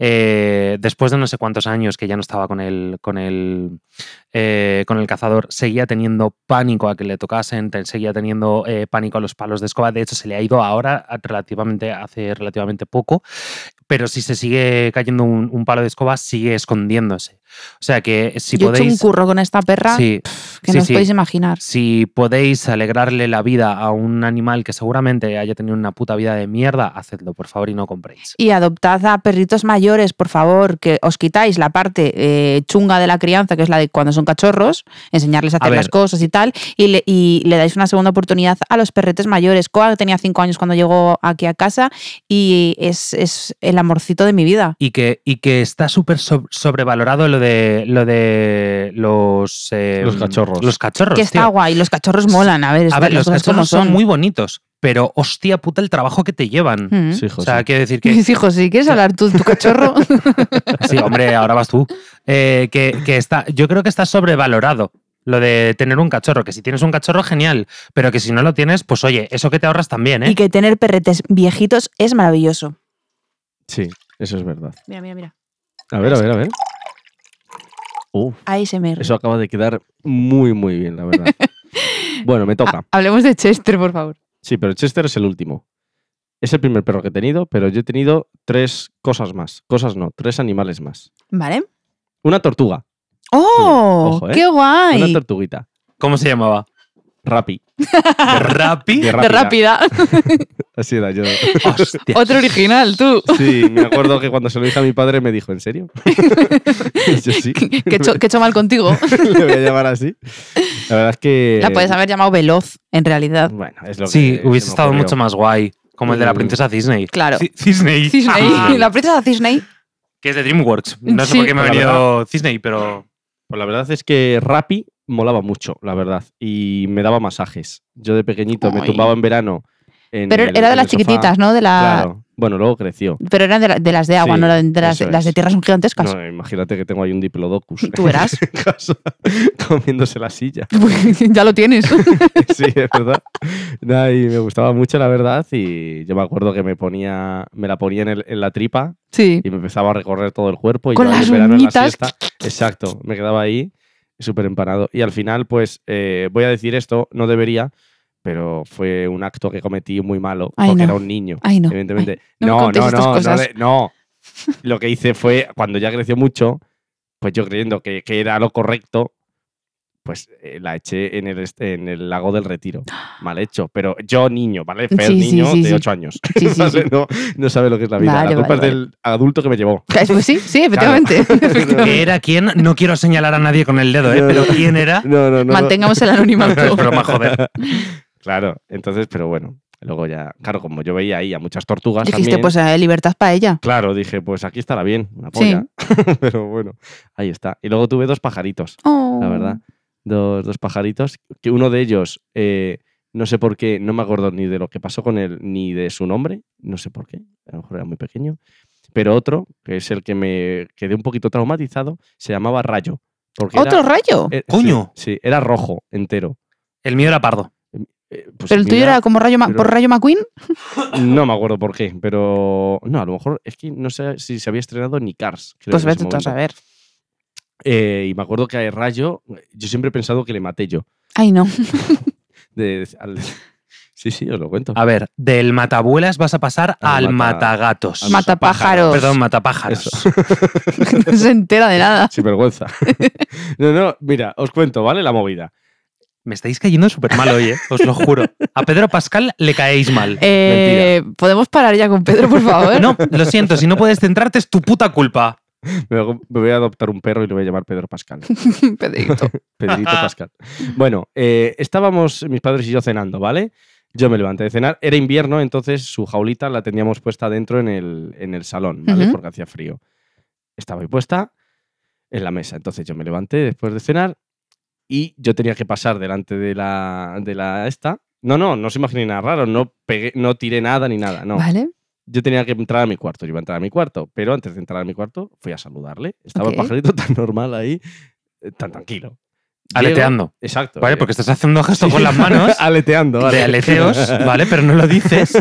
eh, después de no sé cuántos años que ya no estaba con el, con el, eh, con el cazador, seguía teniendo pánico a que le tocasen, te- seguía teniendo eh, pánico a los palos de escoba. De hecho, se le ha ido ahora a- relativamente, hace relativamente poco, pero si se sigue cayendo un, un palo de escoba, sigue escondiéndose. O sea que si
Yo he hecho un
podéis...
curro con esta perra
Sí,
que
sí,
no os
sí.
podéis imaginar.
si podéis alegrarle la vida a un animal que seguramente haya tenido una puta vida de mierda, hacedlo, por favor, y no compréis.
Y adoptad a perritos mayores, por favor, que os quitáis la parte eh, chunga de la crianza, que es la de cuando son cachorros, enseñarles a hacer
ver.
las cosas y tal, y le, y le dais una segunda oportunidad a los perretes mayores. Coa tenía cinco años cuando llegó aquí a casa y es, es el amorcito de mi vida.
Y que, y que está súper so- sobrevalorado lo de, lo de los, eh,
Los cachorros.
Los cachorros.
que está
tío.
guay, los cachorros molan, a ver,
A
estas
ver,
las
los
cosas como
cachorros
son.
son muy bonitos, pero hostia puta el trabajo que te llevan.
Mm.
Sí,
O
José.
sea, quiero decir que
Mis hijos, si quieres hablar tú, de tu cachorro.
Sí, hombre, ahora vas tú. Eh, que, que está, yo creo que está sobrevalorado lo de tener un cachorro. Que si tienes un cachorro, genial. Pero que si no lo tienes, pues oye, eso que te ahorras también, ¿eh?
Y que tener perretes viejitos es maravilloso.
Sí, eso es verdad.
Mira, mira, mira.
A ver, a ver, a ver. Uf,
Ahí se me.
eso acaba de quedar muy, muy bien, la verdad. bueno, me
Ah.
toca.
Hablemos de Chester, por favor.
Sí, pero Chester es el último. Es el primer perro que he tenido, pero yo he tenido tres cosas más. Cosas no, tres animales más.
¿Vale?
Una tortuga,
¡Oh!
Ojo, ¿eh?
¡Qué
una
guay!
tortuguita.
¿Cómo se llamaba?
Rapi.
¿Rappi?
de
De rápida.
Así era yo.
Hostia.
Otro original, tú.
Sí, me acuerdo que cuando se lo dije a mi padre me dijo, ¿en serio? Y yo sí.
Que he hecho, que he hecho mal contigo.
Le voy a llamar así. La verdad es que.
La puedes haber llamado Veloz, en realidad.
Bueno, es lo que.
Sí,
se
hubiese
me
estado
ocurrió. Uh.
mucho más guay. Como el de la princesa Disney.
Claro.
Disney.
Disney. La princesa Disney.
Que es de DreamWorks. No sé
Sí.
por qué me ha
La
venido Disney, pero.
Pues la verdad es que Rappi molaba mucho, la verdad. Y me daba masajes. Yo de pequeñito me
Ay.
tumbaba en verano. en
Pero
el-
era de
en
las
el sofá.
chiquititas, ¿no? De la...
Claro. Bueno, luego creció.
Pero eran de, la- de las de agua,
Sí,
no eran de las,
eso
las de
es.
tierra son gigantescas.
No, imagínate que tengo ahí un diplodocus.
Tú verás.
en casa, comiéndose la silla.
ya lo tienes.
Sí, es verdad. Nada, y me gustaba mucho, la verdad. Y yo me acuerdo que me ponía, me la ponía en, el- en la tripa
Sí.
y me empezaba a recorrer todo el cuerpo. Y
Con
yo ahí
las
en verano en la
uñitas.
siesta- Exacto, me quedaba ahí súper empanado. Y al final, pues, eh, voy a decir esto, no debería, pero fue un acto que cometí muy malo
Ay,
porque
no.
era un niño.
Ay, no.
Evidentemente.
Ay, no me
no,
contéis
no,
estas
no, no,
cosas.
de- no. Lo que hice fue, cuando ya creció mucho, pues yo creyendo que, que era lo correcto, pues eh, la eché en el, est- en el lago del retiro. Mal hecho. Pero yo niño, ¿vale? Fer,
Sí, sí,
niño
sí,
de
sí.
8 años.
Sí, sí,
¿vale?
sí.
No, no sabe lo que es la vida.
Vale,
la culpa
vale,
es del adulto que me llevó.
Pues sí, sí, efectivamente. efectivamente.
Que era quien, no quiero señalar a nadie con el dedo, ¿eh?
No,
pero quién era.
No, no, no.
Mantengamos el
Es
anonimato.
broma, joder.
Claro, entonces, pero bueno. Luego ya, claro, como yo veía ahí a muchas tortugas
Dijiste,
también,
pues eh, libertad para ella.
Claro, dije, pues aquí estará bien, una
Sí.
polla. Pero bueno, ahí está. Y luego tuve dos pajaritos,
Oh.
la verdad. Dos, dos pajaritos. Que uno de ellos, eh, no sé por qué, no me acuerdo ni de lo que pasó con él, ni de su nombre, no sé por qué, a lo mejor era muy pequeño. Pero otro, que es el que me quedé un poquito traumatizado, se llamaba Rayo. Porque era-
¿Otro rayo?
eh, sí,
¡Coño!
Sí, era rojo entero.
El mío era pardo.
Eh, pues
pero el tuyo
mira-
era como rayo Ma-
pero-
por rayo McQueen.
No me acuerdo por qué, pero no, a lo mejor es que no sé si se había estrenado ni Cars. creo,
Pues
en ese
vete tú a
momento.
saber.
Eh, y me acuerdo que a Rayo, yo siempre he pensado que le maté yo.
Ay, no.
De- al- sí, sí, os lo cuento.
A ver, del matabuelas vas a pasar
Al
al,
mata-
matagatos.
al
Matapájaros.
Perdón, matapájaros.
no se entera de nada.
Sin vergüenza. no, no, mira, os cuento, ¿vale? La movida.
Me estáis cayendo súper mal hoy, ¿eh? os lo juro. A Pedro Pascal le caéis mal.
Eh, ¿Podemos parar ya con Pedro, por favor?
No, lo siento, si no puedes centrarte es tu puta culpa.
Me voy a- me voy a adoptar un perro y lo voy a llamar Pedro Pascal.
Pedrito.
Pedrito Pascal. Bueno, eh, estábamos mis padres y yo cenando, ¿vale? Yo me levanté de cenar. Era invierno, entonces su jaulita la teníamos puesta dentro en el, en el salón, ¿vale?
Ujú.
Porque hacía frío. Estaba ahí puesta en la mesa. Entonces yo me levanté después de cenar y yo tenía que pasar delante de la, de la esta. No, no, no se imaginé nada raro. No, pegué, no tiré nada ni nada, no.
¿Vale?
Yo tenía que entrar a mi cuarto, yo iba a entrar a mi cuarto, pero antes de entrar a mi cuarto fui a saludarle. Estaba
Ok.
el pajarito tan normal ahí, eh, tan tranquilo. Llego-
Aleteando.
Exacto.
Vale,
eh,
porque estás haciendo gestos con las manos
Aleteando, Ah, vale.
de aleteos, ¿vale? Pero no lo dices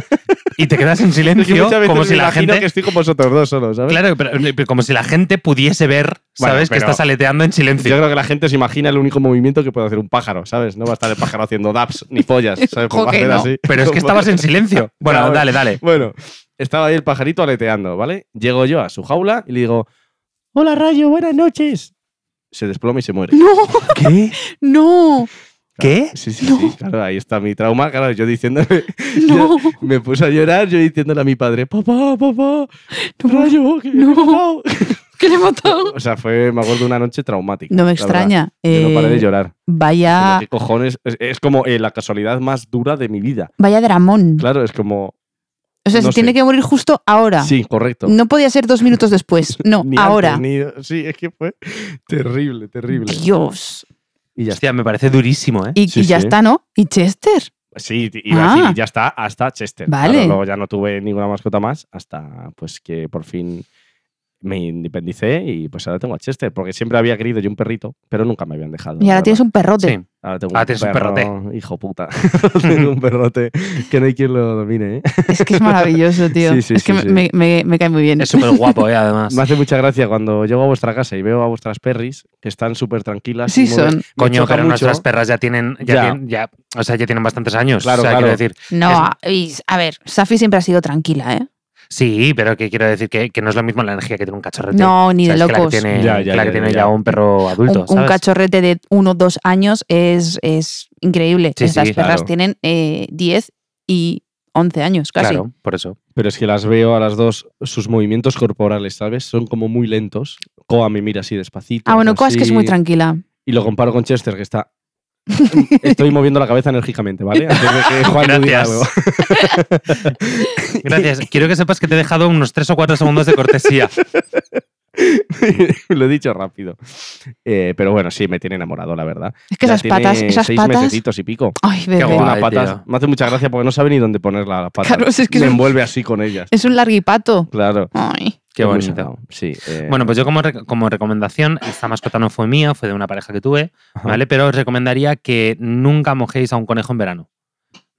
y te quedas en
Es que
silencio
muchas veces
como si
me
la
imagino
gente...
que estoy con vosotros dos solo, ¿sabes?
Claro, pero, pero como si la gente pudiese ver,
Bueno,
¿sabes? que
pero-
estás aleteando en
Yo
silencio.
creo que la gente se imagina el único movimiento que puede hacer un pájaro, ¿sabes? No va a estar el pájaro haciendo daps ni pollas, ¿sabes? Como
Ojo que
hacer
no.
así.
Pero es que estabas en silencio. Bueno,
Claro.
dale, dale.
Bueno, estaba ahí el pajarito aleteando, ¿vale? Llego yo a su jaula y le digo, hola Rayo, buenas noches. Se desploma y se muere.
No,
¿Qué?
no,
¿Qué?
Sí, sí,
No.
sí, claro, ahí está mi trauma, claro, yo diciéndole,
no.
me puse a llorar, yo diciéndole a mi padre, papá, papá,
No.
rayo, que
No.
me he matado".
¿Qué le he matado?
O sea, fue, me acuerdo, una noche traumática.
No me
la verdad.
extraña.
Yo no paré de
Eh, ah.
llorar.
vaya,
Pero ¿Qué cojones? Es, es como eh, la casualidad más dura de mi vida.
vaya dramón.
Claro, es como.
o sea,
no
se tiene
sé.
que morir justo ahora.
Sí, correcto.
No podía ser dos minutos después. No,
Ni antes,
ahora.
ni- sí, es que fue terrible, terrible.
Dios.
Y ya está.
Hostia, me parece durísimo, ¿eh?
Y,
Sí,
y ya
sí.
está, ¿no? ¿Y Chester?
Sí, t- iba a decir,
Ah.
ya está, hasta Chester.
Vale.
Claro, luego ya no tuve ninguna mascota más hasta pues que por fin me independicé y pues ahora tengo a Chester, porque siempre había querido yo un perrito, pero nunca me habían dejado.
Y
la
ahora
verdad.
tienes un perrote.
Sí.
Ahora tengo
Ahora
un,
Ah, tienes un
perro,
perrote.
Hijo puta. tengo un perrote que no hay quien lo domine, ¿eh?
Es que es maravilloso, tío.
Sí, sí,
es que
sí,
me,
sí.
me- me- me cae muy bien.
Es súper guapo, ¿eh? Además.
Me hace mucha gracia cuando llego a vuestra casa y veo a vuestras perris que están súper tranquilas.
Sí,
y mueven-
son.
me
Coño,
choca
pero
mucho.
nuestras perras ya tienen, ya,
Ya.
tienen- ya- o sea, ya tienen bastantes años.
Claro,
o sea,
claro.
quiero decir,
No,
es-
a, y, a ver, Safi siempre ha sido tranquila, ¿eh?
sí, pero que quiero decir que, que no es lo mismo la energía que tiene un cachorrete.
No, ni de
¿sabes?
locos.
Que la que tiene,
Ya,
que
ya,
la que
ya,
tiene
ya,
ya
ya.
un perro
un,
adulto,
un
¿sabes?
cachorrete de 1 o 2 años es, es increíble.
Sí, sí,
Estas perras
claro.
tienen eh, 10 y 11 años casi.
Claro, por eso.
Pero es que las veo a las dos, sus movimientos corporales, ¿sabes? Son como muy lentos. Coa me mira así despacito.
Ah, bueno,
así.
Coa es que es muy tranquila.
Y lo comparo con Chester, que está. Estoy moviendo la cabeza enérgicamente, ¿vale? Antes de que Juan no diga
Gracias.
algo.
Gracias. Quiero que sepas que te he dejado unos 3 o 4 segundos de cortesía.
lo he dicho rápido. Eh, pero bueno, sí, me tiene enamorado, la verdad.
Es que
Ya
esas
tiene
patas, esas
seis
patas.
mesecitos y pico.
Ay, bebé.
guay.
Unas patas-
tío.
Me hace mucha gracia porque no sabe ni dónde ponerla la pata.
Claro, es que es
me
un-
envuelve así con ellas.
Es un larguipato.
Claro.
Ay.
Qué
Es muy
bonito.
salado, Sí. eh,
Bueno, pues yo como, rec- como recomendación, esta mascota no fue mía, fue de una pareja que tuve,
ajá.
¿vale? Pero os recomendaría que nunca mojéis a un conejo en verano,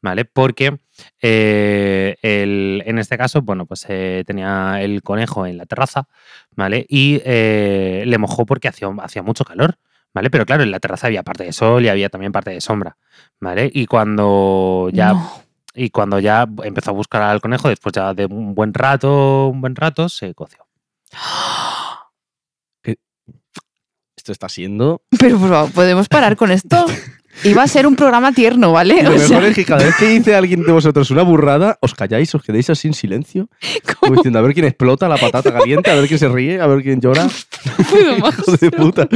¿vale? Porque eh, el- en este caso, bueno, pues eh, tenía el conejo en la terraza, ¿vale? Y eh, le mojó porque hacía, hacía mucho calor, ¿vale? Pero claro, en la terraza había parte de sol y había también parte de sombra, ¿vale? Y cuando Pues ya
No.
y cuando ya empezó a buscar al conejo, después ya de un buen rato, un buen rato, se coció.
¿Qué? Esto está siendo.
Pero por favor, podemos parar con esto. Iba a ser un programa tierno, ¿vale?
Lo
O sea,
mejor es que cada vez que dice alguien de vosotros una burrada, os calláis, os quedáis así en silencio. Como
¿cómo
diciendo, a ver quién explota la patata caliente, a ver quién se ríe, a ver quién llora.
puedo más?
Hijo de puta.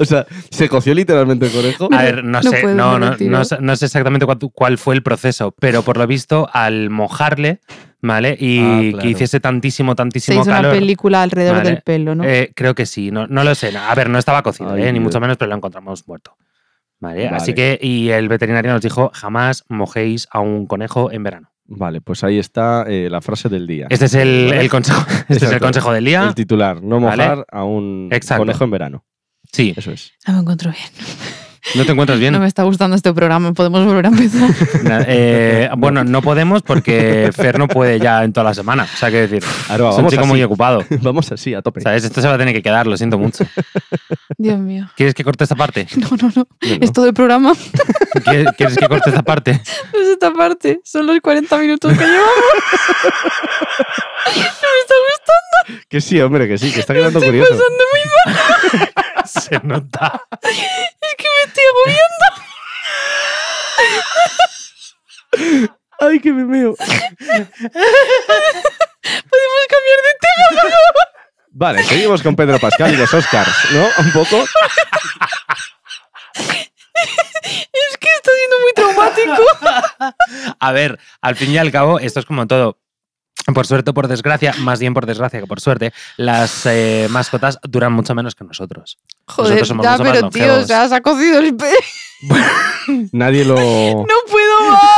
O sea, se coció literalmente el conejo.
A ver, no,
No
sé,
puedo,
no,
me
no,
retiro.
no sé- no sé exactamente cuál, cuál fue el proceso, pero por lo visto, al mojarle, ¿vale? Y
Ah, claro.
que hiciese tantísimo,
Se
tantísimo
hizo una
calor.
película alrededor
Vale.
del pelo, ¿no?
eh, creo que sí, no, no lo sé. no. A ver, no estaba cocido,
Ay,
eh, ni
Dios.
mucho menos, pero lo encontramos muerto. ¿Vale?
Vale.
Así que, y el veterinario nos dijo: jamás mojéis a un conejo en verano.
Vale, pues ahí está eh, la frase del día.
Este es el, el consejo, este es el
Exacto.
consejo del día.
El titular, no mojar
Vale.
a un
Exacto.
conejo en verano.
Sí,
Eso es.
No Ah, me encuentro bien.
no te encuentras bien.
No me está gustando este programa. Podemos volver a empezar.
Na- eh, bueno, no podemos porque Fer no puede ya en toda la semana. O sea, que decir,
Ahora
es un
vamos
chico muy
así,
ocupado.
vamos así, a tope.
¿Sabes? Esto se va a tener que quedar, lo siento mucho.
Dios mío.
¿Quieres que corte esta parte?
No, no, no.
Bueno,
Es todo el programa.
¿Quieres quieres que corte esta parte?
No es esta parte. Son los 40 minutos que llevamos.
Que sí, hombre, que sí, que está quedando curioso.
Pasando muy-
Se nota.
Es que me estoy agobiando.
Ay, que me meo.
Podemos cambiar de tema.
Vale, seguimos con Pedro Pascal y los Oscars, ¿no? Un poco.
Es que está siendo muy traumático.
A ver, al fin y al cabo, esto es como todo. Por suerte o por desgracia, más bien por desgracia que por suerte, las eh, mascotas duran mucho menos que nosotros.
Joder,
somos
ya,
mucho más
pero tío, o
longevos.
sea, se ha cocido el pelo.
Nadie lo,
No puedo más.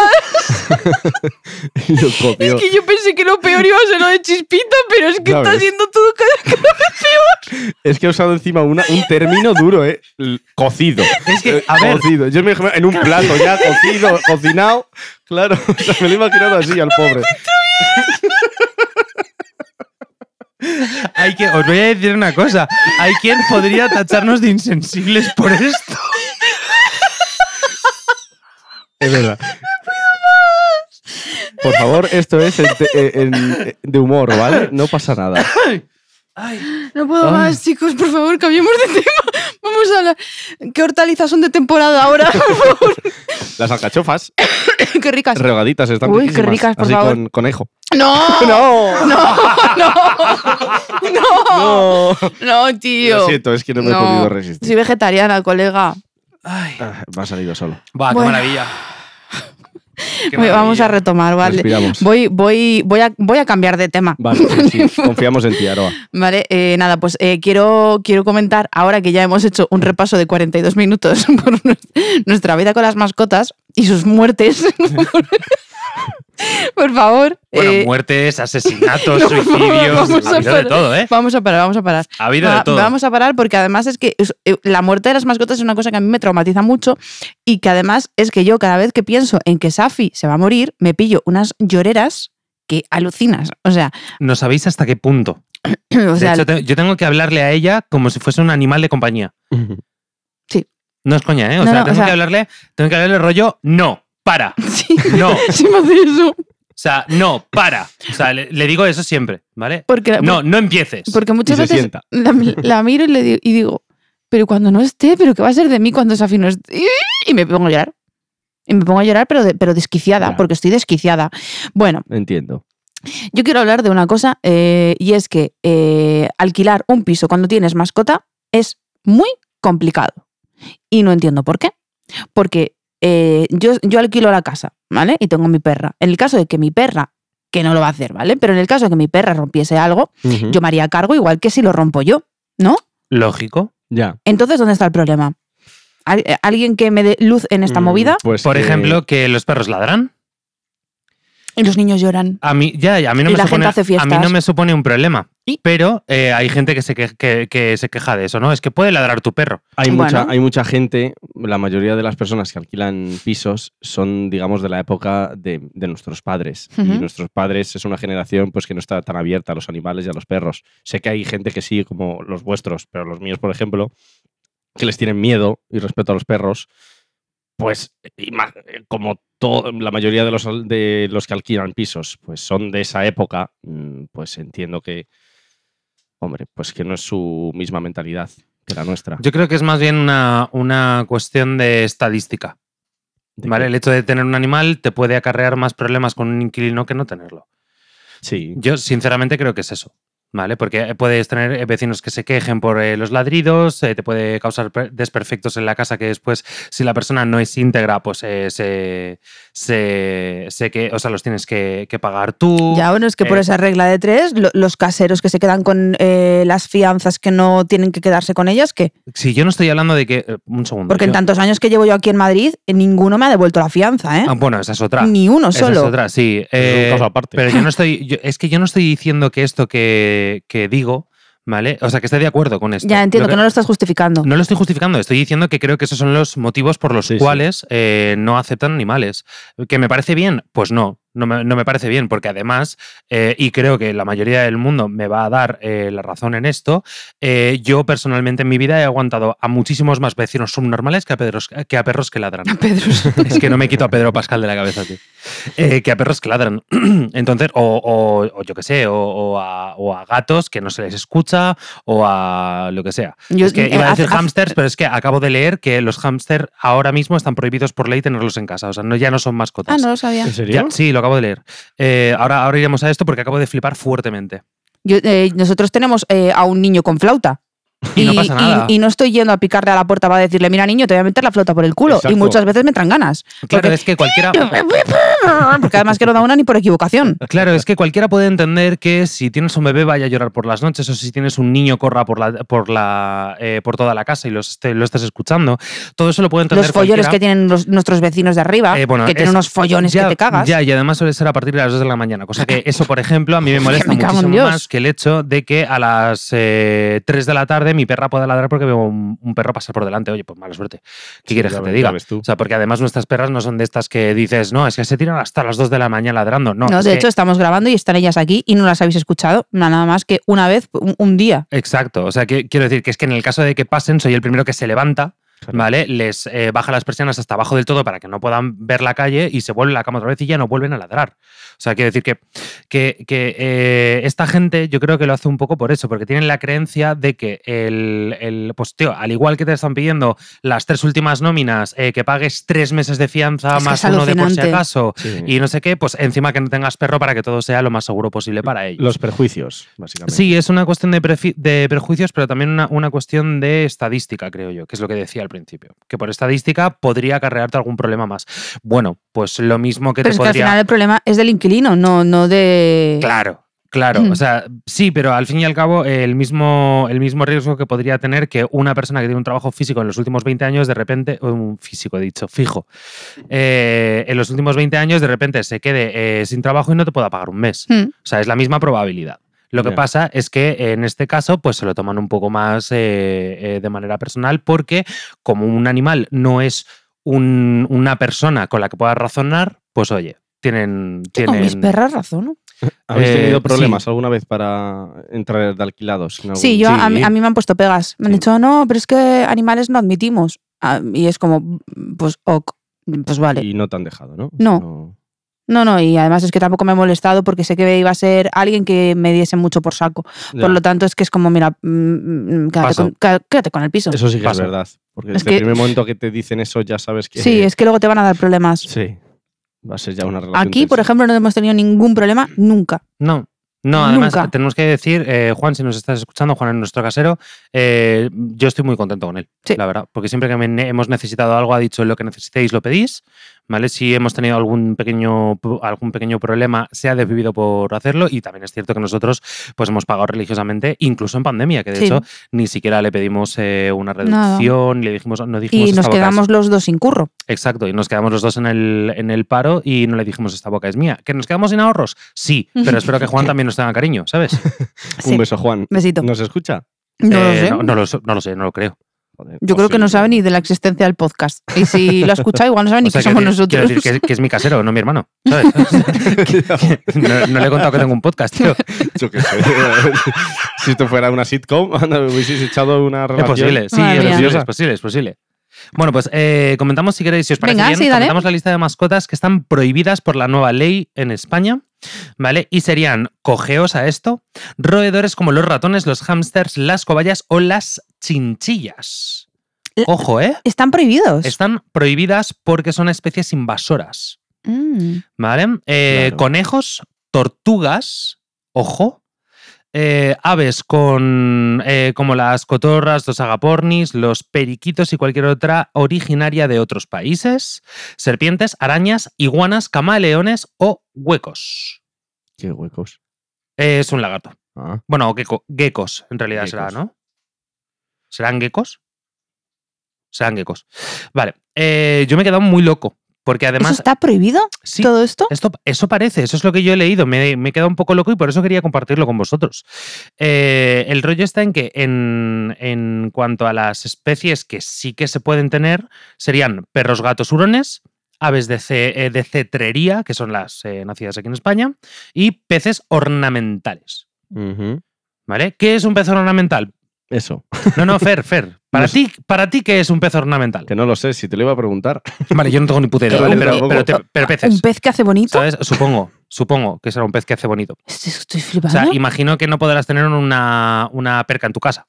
lo
Es
copió.
que yo pensé que lo peor iba a ser lo de chispita, pero es que
Ya
está
ves.
siendo todo cada vez peor.
Es que he usado encima una- un término duro, ¿eh? L- Cocido.
Es que,
Eh,
a ver,
Cocido. Yo me imagino en un plato ya cocido, cocinado. Claro, o sea, me lo he imaginado así al pobre.
hay que, os voy a decir una cosa. Hay quien podría tacharnos de insensibles por esto.
Es verdad. Por favor, esto es en te- eh, en- de humor, ¿vale? No pasa nada.
No puedo
Ay.
más, chicos, por favor, cambiemos de tema. Vamos a hablar. ¿Qué hortalizas son de temporada ahora? Por favor.
Las alcachofas
qué ricas.
regaditas están
Uy, qué
riquísimas,
ricas, por
así
favor.
con conejo.
No, no,
¡No! ¡No!
no, no, tío.
Lo siento, es que no me he
No.
podido resistir.
Soy vegetariana, colega.
Ay,
Ah, me ha salido solo.
va, qué
Bueno.
maravilla. Qué
Voy- Vamos
maravilla.
a retomar, ¿vale?
Respiramos.
Voy, voy, voy, a, voy a cambiar de tema.
Vale, pues sí, confiamos en ti, Aroa.
Vale, eh, nada, pues eh, quiero, quiero comentar, ahora que ya hemos hecho un repaso de 42 minutos por nues- nuestra vida con las mascotas y sus muertes, por favor,
Bueno,
eh,
muertes, asesinatos,
no,
suicidios,
vamos
ha
a
habido de
parar.
todo, ¿eh?
vamos a parar, vamos a parar.
Ha habido
Va-
de todo.
Vamos a parar porque además es que es- eh, la muerte de las mascotas es una cosa que a mí me traumatiza mucho y que además es que yo cada vez que pienso en que Safi se va a morir, me pillo unas lloreras que alucinas. O sea,
No sabéis hasta qué punto.
o
De
sea
hecho, te- yo tengo que hablarle a ella como si fuese un animal de compañía. No es coña, ¿eh? O
No, no,
sea,
o
tengo
sea-
que hablarle, tengo que hablarle rollo, no, para,
sí,
no. O
sí me hace eso.
sea, no, para. O sea, le, le digo eso siempre, ¿vale?
Porque,
No, no empieces.
Porque muchas
se
veces
sienta.
la, la miro y, le digo, y digo, pero cuando no esté, pero ¿qué va a ser de mí cuando Safi no esté? Y me pongo a llorar. Y me pongo a llorar, pero, de- pero desquiciada,
Ya.
porque estoy desquiciada. Bueno,
Entiendo.
yo quiero hablar de una cosa, eh, y es que eh, alquilar un piso cuando tienes mascota es muy complicado. Y no entiendo por qué. Porque eh, yo, yo alquilo la casa, ¿vale? Y tengo mi perra. En el caso de que mi perra, que no lo va a hacer, ¿vale? Pero en el caso de que mi perra rompiese algo,
Ujú.
yo me haría cargo igual que si lo rompo yo, ¿no?
Lógico.
Ya.
Entonces, ¿dónde está el problema? ¿Al- eh, ¿Alguien que me dé luz en esta
Mm,
movida?
pues
Por
que-
ejemplo, que los perros ladran.
Y los niños lloran.
A mí, ya, ya, a mí no
Y
me
la
supone,
gente hace
a
fiestas.
mí no me supone un problema.
¿Y?
Pero eh, hay gente que se, que- que- que se queja de eso, ¿no? Es que puede ladrar tu perro.
Hay,
Bueno.
mucha, hay mucha gente, la mayoría de las personas que alquilan pisos son, digamos, de la época de, de nuestros padres.
Ujú.
Y nuestros padres es una generación pues, que no está tan abierta a los animales y a los perros. Sé que hay gente que sí, como los vuestros, pero los míos, por ejemplo, que les tienen miedo y respeto a los perros, pues y ma- eh, como to- la mayoría de los, al- de los que alquilan pisos, pues son de esa época, mm, pues entiendo que, hombre, pues que no es su misma mentalidad. que la nuestra.
Yo creo que es más bien una, una cuestión de estadística.
De-
¿vale? El hecho de tener un animal te puede acarrear más problemas con un inquilino que no tenerlo.
Sí.
Yo sinceramente creo que es eso. ¿Vale? Porque puedes tener eh, vecinos que se quejen por eh, los ladridos, eh, te puede causar per- desperfectos en la casa que después, si la persona no es íntegra, pues eh, se, se, se que, o sea, los tienes que, que pagar tú.
Ya, bueno, es que por
eh,
esa regla de tres, lo- los caseros que se quedan con eh, las fianzas que no tienen que quedarse con ellas, ¿qué?
Si yo no estoy hablando de que. eh, un segundo.
Porque en
yo-
tantos años que llevo yo aquí en Madrid, ninguno me ha devuelto la fianza, ¿eh?
Ah, bueno, esa es otra.
Ni uno
Esa es
solo.
otra, sí.
es
Eh,
un caso aparte.
Pero yo no estoy. yo- es que yo no estoy diciendo que esto que, que digo, ¿vale? O sea, que esté de acuerdo con esto.
ya entiendo
Lo
que, no lo estás justificando.
no lo estoy justificando, estoy diciendo que creo que esos son los motivos por los
Sí, sí.
cuales eh, no aceptan animales. ¿Que me parece bien? Pues no, no me, no me parece bien, porque además, eh, y creo que la mayoría del mundo me va a dar eh, la razón en esto, eh, yo personalmente en mi vida he aguantado a muchísimos más vecinos subnormales que a, pedros- que a perros que ladran.
Pedro.
Es que no me quito a Pedro Pascal de la cabeza, tío. Eh, que a perros que ladran. Entonces, o, o- o yo qué sé, o, o a, o a gatos que no se les escucha, o a lo que sea.
Yo- eh,
es que iba a decir
haz- haz-
hamsters, pero es que acabo de leer que los hamsters ahora mismo están prohibidos por ley tenerlos en casa. O sea, no, ya no son mascotas.
Ah, no lo sabía.
¿En serio?
Ya, sí, lo acabo de leer. Eh, ahora, ahora iremos a esto porque acabo de flipar fuertemente.
Yo, eh, nosotros tenemos eh, a un niño con flauta.
Y no pasa nada.
y no estoy yendo a picarle a la puerta para decirle, mira niño, te voy a meter la flauta por el culo. Y
Exacto.
muchas veces me entran ganas.
Claro,
Porque-
es que cualquiera.
Porque además que no da una ni por equivocación.
Claro, es que cualquiera puede entender que si tienes un bebé vaya a llorar por las noches o si tienes un niño corra por la por la eh, por toda la casa y los esté- lo estás escuchando. Todo eso lo puede entender
Los follones que
cualquiera.
tienen los- nuestros vecinos de arriba,
Eh, bueno,
que tienen
es-
unos follones
ya,
que te cagas.
Ya, y además suele ser a partir de las 2 de la mañana, cosa que eso, por ejemplo, a mí me molesta
Me cago en
muchísimo
Dios.
más que el hecho de que a las eh, 3 de la tarde mi perra pueda ladrar porque veo un, un perro pasar por delante. Oye, pues mala suerte. ¿Qué quieres
Ya
que te
ves-
diga?
ya ves tú.
O sea, porque además nuestras perras no son de estas que dices, no, es que se tiran hasta las 2 de la mañana ladrando. No, eh,
No,
es
de
que-
hecho, estamos grabando y están ellas aquí y no las habéis escuchado na- nada más que una vez, un, un día.
Exacto, o sea, que, quiero decir que es que en el caso de que pasen, soy el primero que se levanta,
Claro.
¿vale? Les eh, baja las persianas hasta abajo del todo para que no puedan ver la calle y se vuelven a la cama otra vez y ya no vuelven a ladrar. O sea, quiero decir que, que, que, eh, esta gente yo creo que lo hace un poco por eso, porque tienen la creencia de que el, el- pues tío, al igual que te están pidiendo las tres últimas nóminas, eh, que pagues tres meses de fianza
Es que
más
es
uno de por si
alucinante.
acaso
Sí.
y no sé qué, pues encima que no tengas perro para que todo sea lo más seguro posible para ellos.
Los prejuicios, básicamente.
Sí, es una cuestión de, prefi- de prejuicios, pero también una, una cuestión de estadística, creo yo, que es lo que decía al principio. Que por estadística podría acarrearte algún problema más. Bueno, pues lo mismo que
Pero
te
es que al
podría.
final el problema es del inquilino, no, no de.
Claro. Claro,
Mm.
o sea, sí, pero al fin y al cabo eh, el mismo, el mismo riesgo que podría tener que una persona que tiene un trabajo físico en los últimos 20 años de repente, un físico he dicho, fijo, eh, en los últimos 20 años de repente se quede eh, sin trabajo y no te pueda pagar un mes.
Hmm.
O sea, es la misma probabilidad. Lo que
Ya.
pasa es que en este caso, pues se lo toman un poco más eh, eh, de manera personal, porque como un animal no es un- una persona con la que puedas razonar, pues oye, tienen.
Tengo Oh, mis
tienen-
perras razón. ¿no?
¿Habéis
Eh,
tenido problemas
sí.
alguna vez para entrar de alquilados? en algún-
Sí, yo A, mí, a mí me han puesto pegas. Me han
Sí.
dicho, no, pero es que animales no admitimos. Ah, Y es como, pues, ok, pues vale.
Y no te han dejado, ¿no?
No. No, no, y además es que tampoco me he molestado porque sé que iba a ser alguien que me diese mucho por saco.
Ya.
Por lo tanto, es que es como, mira, mm, mm, quédate,
Paso.
con, quédate- quédate con el piso.
Eso sí que
Paso.
es verdad. Porque
Es
desde
que-
el primer momento que te dicen eso ya sabes que.
eh,
Sí, es que luego te van a dar problemas.
Sí. Va a ser ya una relación.
Aquí, por
tensa.
ejemplo, no hemos tenido ningún problema nunca.
No. No, además
Nunca.
tenemos que decir, eh, Juan, si nos estás escuchando, Juan es nuestro casero, eh, yo estoy muy contento con él,
Sí.
la verdad, porque siempre que me- hemos necesitado algo ha dicho lo que necesitéis lo pedís, ¿vale? Si hemos tenido algún pequeño, algún pequeño problema, se ha desvivido por hacerlo y también es cierto que nosotros pues hemos pagado religiosamente, incluso en pandemia, que de
Sí.
hecho ni siquiera le pedimos eh, una
Nada.
reducción, le dijimos, no dijimos
Y
"Esta
nos
boca es
quedamos los dos sin curro.
Exacto, y nos quedamos los dos en el, en el paro y no le dijimos esta boca es mía. ¿Que nos quedamos sin ahorros? Sí, pero espero que Juan también nos tenga cariño, ¿sabes?
Sí.
Un beso, Juan.
Besito. No,
¿Nos escucha?
lo
Eh,
sé.
No, no lo, so- no lo sé, no lo creo.
Joder, pues
Yo creo que no
posible.
sabe ni de la existencia del podcast. Y si lo escucha, igual no sabe ni
O sea,
que somos
quiero decir- quiero
nosotros.
decir que, es- que es mi casero, no mi hermano. ¿sabes? no, no le he contado que tengo un podcast, tío.
Yo qué sé. si esto fuera una sitcom, anda, me hubieses echado una
Es
relación.
posible, sí,
Madre mía.
es posible, es posible, es posible. Bueno, pues eh, comentamos si queréis, si os parece
Venga,
bien,
sí, dale.
comentamos la lista de mascotas que están prohibidas por la nueva ley en España, ¿vale? Y serían, cogeos a esto, roedores como los ratones, los hámsters, las cobayas o las chinchillas.
La- Pues
Ojo, ¿eh?
Están prohibidos.
Están prohibidas porque son especies invasoras,
Mm.
¿vale? Eh,
Claro.
Conejos, tortugas, ojo. eh, aves con eh, como las cotorras, los agapornis, los periquitos y cualquier otra originaria de otros países, serpientes, arañas, iguanas, camaleones o huecos.
Qué huecos.
Eh, es un lagarto.
Ah,
Bueno, o gecko- geckos, en realidad será,
Geckos.
¿no? ¿Serán geckos? Serán geckos. Vale, eh, yo me he quedado muy loco, porque además...
¿Eso está prohibido?
sí,
¿Todo esto?
esto, eso parece, eso es lo que yo he leído. Me, me he quedado un poco loco y por eso quería compartirlo con vosotros. Eh, el rollo está en que, en, en cuanto a las especies que sí que se pueden tener, serían perros, gatos, hurones, aves de, ce- eh, de cetrería, que son las eh, nacidas aquí en España, y peces ornamentales.
ujú.
¿Vale? ¿Qué es un pez ornamental?
Eso.
No, no, Fer, Fer. Para
No sé.
ti, para ti, ¿qué es un pez ornamental?
Que no lo sé, si te lo iba a preguntar.
Vale, yo no tengo ni puta idea,
Claro, yo
¿vale? pero,
tampoco.
pero, ah, te- pero
¿Un
peces.
pez que hace bonito?
¿Sabes? Supongo, supongo que será un pez que hace bonito.
Estoy, estoy
O
flipando.
sea, imagino que no podrás tener una, una perca en tu casa,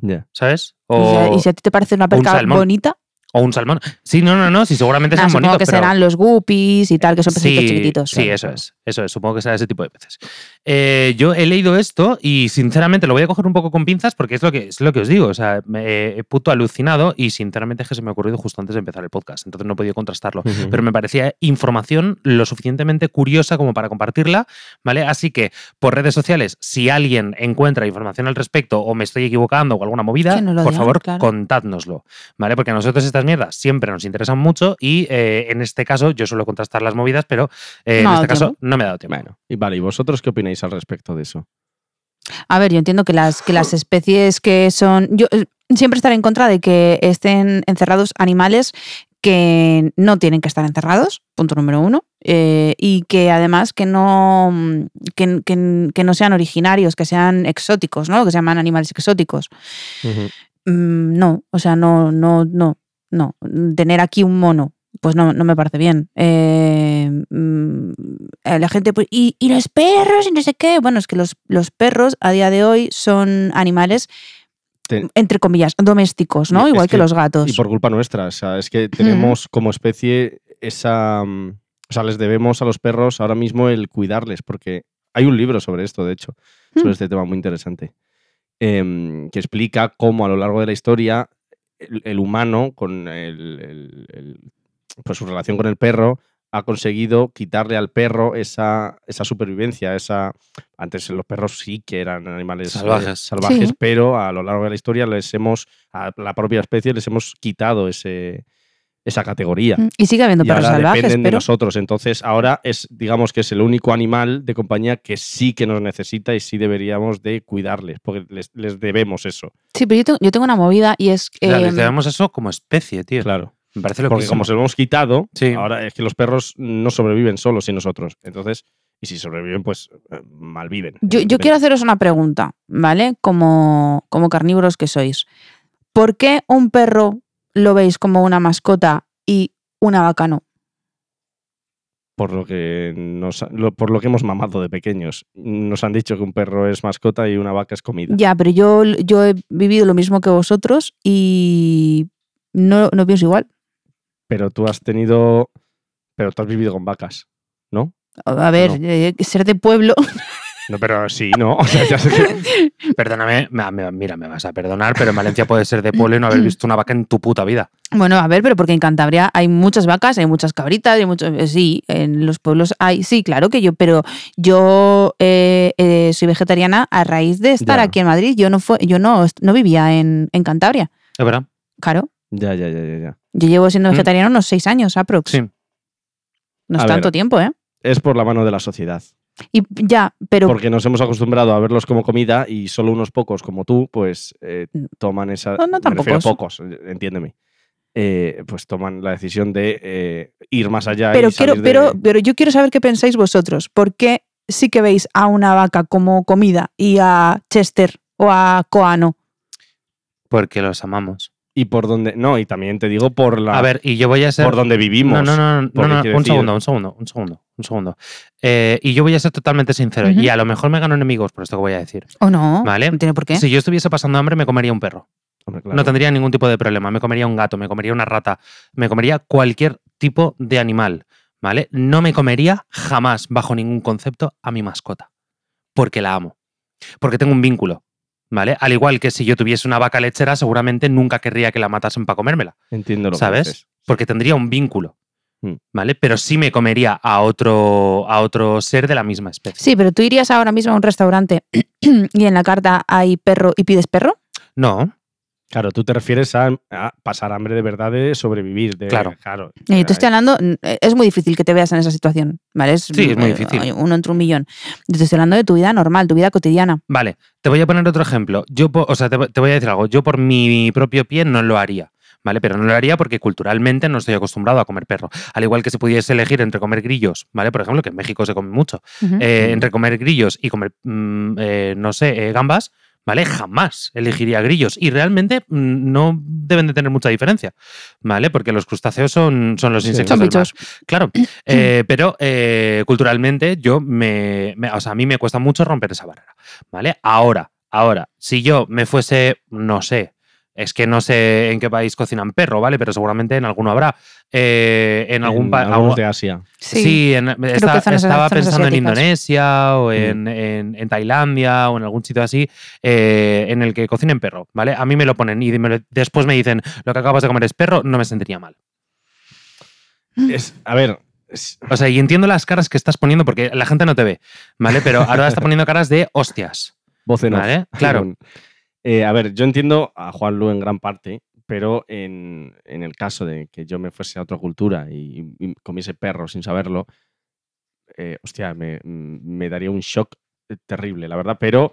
Ya.
¿sabes?
Y si a-
O,
¿Y si a ti te parece una
o un
perca
salmón.
bonita?
o un salmón. Sí, no, no, no, sí, seguramente
Ah,
son
supongo
bonitos.
que
pero-
serán los guppies y tal, que son pececitos
sí,
chiquititos.
Sí,
Claro,
eso
claro.
es, eso es. Supongo que será ese tipo de peces. Eh, yo he leído esto y sinceramente lo voy a coger un poco con pinzas porque es lo que, es lo que os digo. O sea, me he puto alucinado y sinceramente es que se me ha ocurrido justo antes de empezar el podcast. Entonces no he podido contrastarlo.
Ujú.
Pero me parecía información lo suficientemente curiosa como para compartirla, ¿vale? Así que por redes sociales, si alguien encuentra información al respecto o me estoy equivocando o alguna movida,
Que no lo
por
digan,
favor,
claro.
contádnoslo, ¿vale? Porque a nosotros estas mierdas siempre nos interesan mucho y eh, en este caso yo suelo contrastar las movidas, pero eh,
No
en
ha dado
este caso
tiempo.
no me ha dado tiempo.
Bueno, y vale, ¿y vosotros qué opináis al respecto de eso?
A ver, yo entiendo que las, que las especies que son. Yo eh, siempre estaré en contra de que estén encerrados animales que no tienen que estar encerrados, punto número uno, eh, y que además que no, mm, que, que- que no sean originarios, que sean exóticos, ¿no? Lo que se llaman animales exóticos. Mm, no, o sea, no, no, no, no. mm, Tener aquí un mono, pues no, no me parece bien. Eh, mm, eh, la gente, pues, y, y los perros y no sé qué. Bueno, es que los, los perros a día de hoy son animales,
Te-
entre comillas, domésticos, ¿no?
Y es
Igual que,
que-
los gatos.
Y por culpa nuestra, o sea, es que tenemos como especie esa... mm, O sea, les debemos a los perros ahora mismo el cuidarles, porque hay un libro sobre esto, de hecho, sobre
Mm.
este tema muy interesante, em, que explica cómo a lo largo de la historia el, el humano, con el- el- el- pues su relación con el perro, ha conseguido quitarle al perro esa, esa supervivencia, esa... Antes los perros sí que eran animales eh,
Salvajes.
salvajes,
Sí.
pero a lo largo de la historia les hemos, a la propia especie les hemos quitado ese, esa categoría.
Mm, Y sigue habiendo
Y
perros
ahora
salvajes,
dependen de
pero.
nosotros. Entonces, ahora es, digamos que es el único animal de compañía que sí que nos necesita y sí deberíamos de cuidarles, porque les, les debemos eso.
Sí, pero yo tengo, yo tengo una movida y es.
O sea, les
em,
debemos eso como especie, tío.
Claro.
Me parece lo Ah,
Porque
que
como se lo hemos quitado,
Sí.
ahora es que los perros no sobreviven solos sin nosotros. Entonces, y si sobreviven, pues eh, malviven.
Yo, yo quiero haceros una pregunta, ¿vale? Como, como carnívoros que sois. ¿Por qué un perro lo veis como una mascota y una vaca no?
por lo que nos ha- lo- por lo que hemos mamado de pequeños. Nos han dicho que un perro es mascota y una vaca es comida.
Ya, pero yo, yo he vivido lo mismo que vosotros y no, no pienso igual.
Pero tú has tenido. Pero tú has vivido con vacas, ¿no?
A ver,
No.
eh, ser de pueblo.
No, pero sí, ¿no? O sea, ya sé que-
Perdóname, ma- me- mira, me vas a perdonar, pero en Valencia puede ser de pueblo y no haber visto una vaca en tu puta vida.
Bueno, a ver, pero porque en Cantabria hay muchas vacas, hay muchas cabritas, hay muchos. eh, Sí, en los pueblos hay. Sí, claro que yo, pero yo eh, eh, soy vegetariana a raíz de estar
Ya.
aquí en Madrid. Yo no fue, yo no, est- no vivía en, en Cantabria.
¿Es verdad?
Claro.
Ya, ya, ya, ya, ya.
Yo llevo siendo
Mm.
vegetariana unos seis años, aprox.
Sí.
No
A
es
ver.
tanto tiempo, ¿eh?
Es por la mano de la sociedad.
Y ya, pero
Porque nos hemos acostumbrado a verlos como comida y solo unos pocos como tú, pues eh, toman esa.
Mm. No, no,
me refiero a
tampoco.
pocos, eh, entiéndeme. Eh, pues toman la decisión de eh, ir más allá.
pero
y
quiero,
salir de-
pero, pero yo quiero saber qué pensáis vosotros. ¿Por qué sí que veis a una vaca como comida y a Chester o a Coano?
Porque los amamos.
y por donde. No, y también te digo por la.
A ver, y yo voy a ser.
por donde vivimos.
No, no, no, no,
porque
no,
quiero
un
decir-
segundo, un segundo, un segundo, un segundo. Eh, y yo voy a ser totalmente sincero,
Ujú.
y a lo mejor me gano enemigos por esto que voy a decir.
¿O no?
Vale.
No tiene por qué.
Si yo estuviese pasando hambre, me comería un perro.
Hombre, claro.
No tendría ningún tipo de problema. Me comería un gato, me comería una rata, me comería cualquier tipo de animal, ¿vale? No me comería jamás, bajo ningún concepto, a mi mascota. Porque la amo. Porque tengo un vínculo, ¿vale? Al igual que si yo tuviese una vaca lechera, seguramente nunca querría que la matasen para comérmela
Entiendo lo
¿sabes?
que dices.
porque tendría un vínculo,
Mm.
¿vale? Pero sí me comería a otro, a otro ser de la misma especie.
Sí, pero tú irías ahora mismo a un restaurante y en la carta hay perro y pides perro.
No,
Claro, tú te refieres a, a pasar hambre de verdad, de sobrevivir. De,
Claro.
claro
Y yo te estoy hablando, mm, eh, es muy difícil que te veas en esa situación, ¿vale?
Sí, es muy
eh,
difícil.
hay Uno entre un millón. Yo te estoy hablando de tu vida normal, tu vida cotidiana.
vale, te voy a poner otro ejemplo. Yo, po- o sea, te, te voy a decir algo. Yo por mi propio pie no lo haría. ¿Vale? Pero no lo haría porque culturalmente no estoy acostumbrado a comer perro. Al igual que si pudiese elegir entre comer grillos, ¿vale? Por ejemplo, que en México se come mucho,
Ujú.
eh, entre comer grillos y comer, mm, eh, no sé, eh, gambas, ¿vale? Jamás elegiría grillos. Y realmente mm, no deben de tener mucha diferencia, ¿vale? Porque los crustáceos son, son los
Sí.
insectos
Son
del mar.
bichos.
Claro, eh, pero eh, culturalmente yo me, me- o sea, a mí me cuesta mucho romper esa barrera, ¿vale? Ahora, ahora, si yo me fuese, no sé, es que no sé en qué país cocinan perro, ¿vale? Pero seguramente en alguno habrá, eh, en algún país,
algunos de Asia.
Sí.
Sí, en- esta-
que zonas-
estaba
zonas
pensando en
asiáticas. Mm.
Indonesia o en, en- en Tailandia o en algún sitio así eh, en el que cocinen perro, ¿vale? A mí me lo ponen y me lo- después me dicen lo que acabas de comer es perro, no me sentiría mal.
Es- a ver, es-
O sea, y entiendo las caras que estás poniendo porque la gente no te ve, ¿vale? Pero ahora está poniendo caras de hostias,
voz en off.
¿vale? Claro,
Perdón. Eh, a ver, yo entiendo a Juan Lu en gran parte, pero en, en el caso de que yo me fuese a otra cultura y, y comiese perro sin saberlo, eh, hostia, me, me daría un shock terrible, la verdad, pero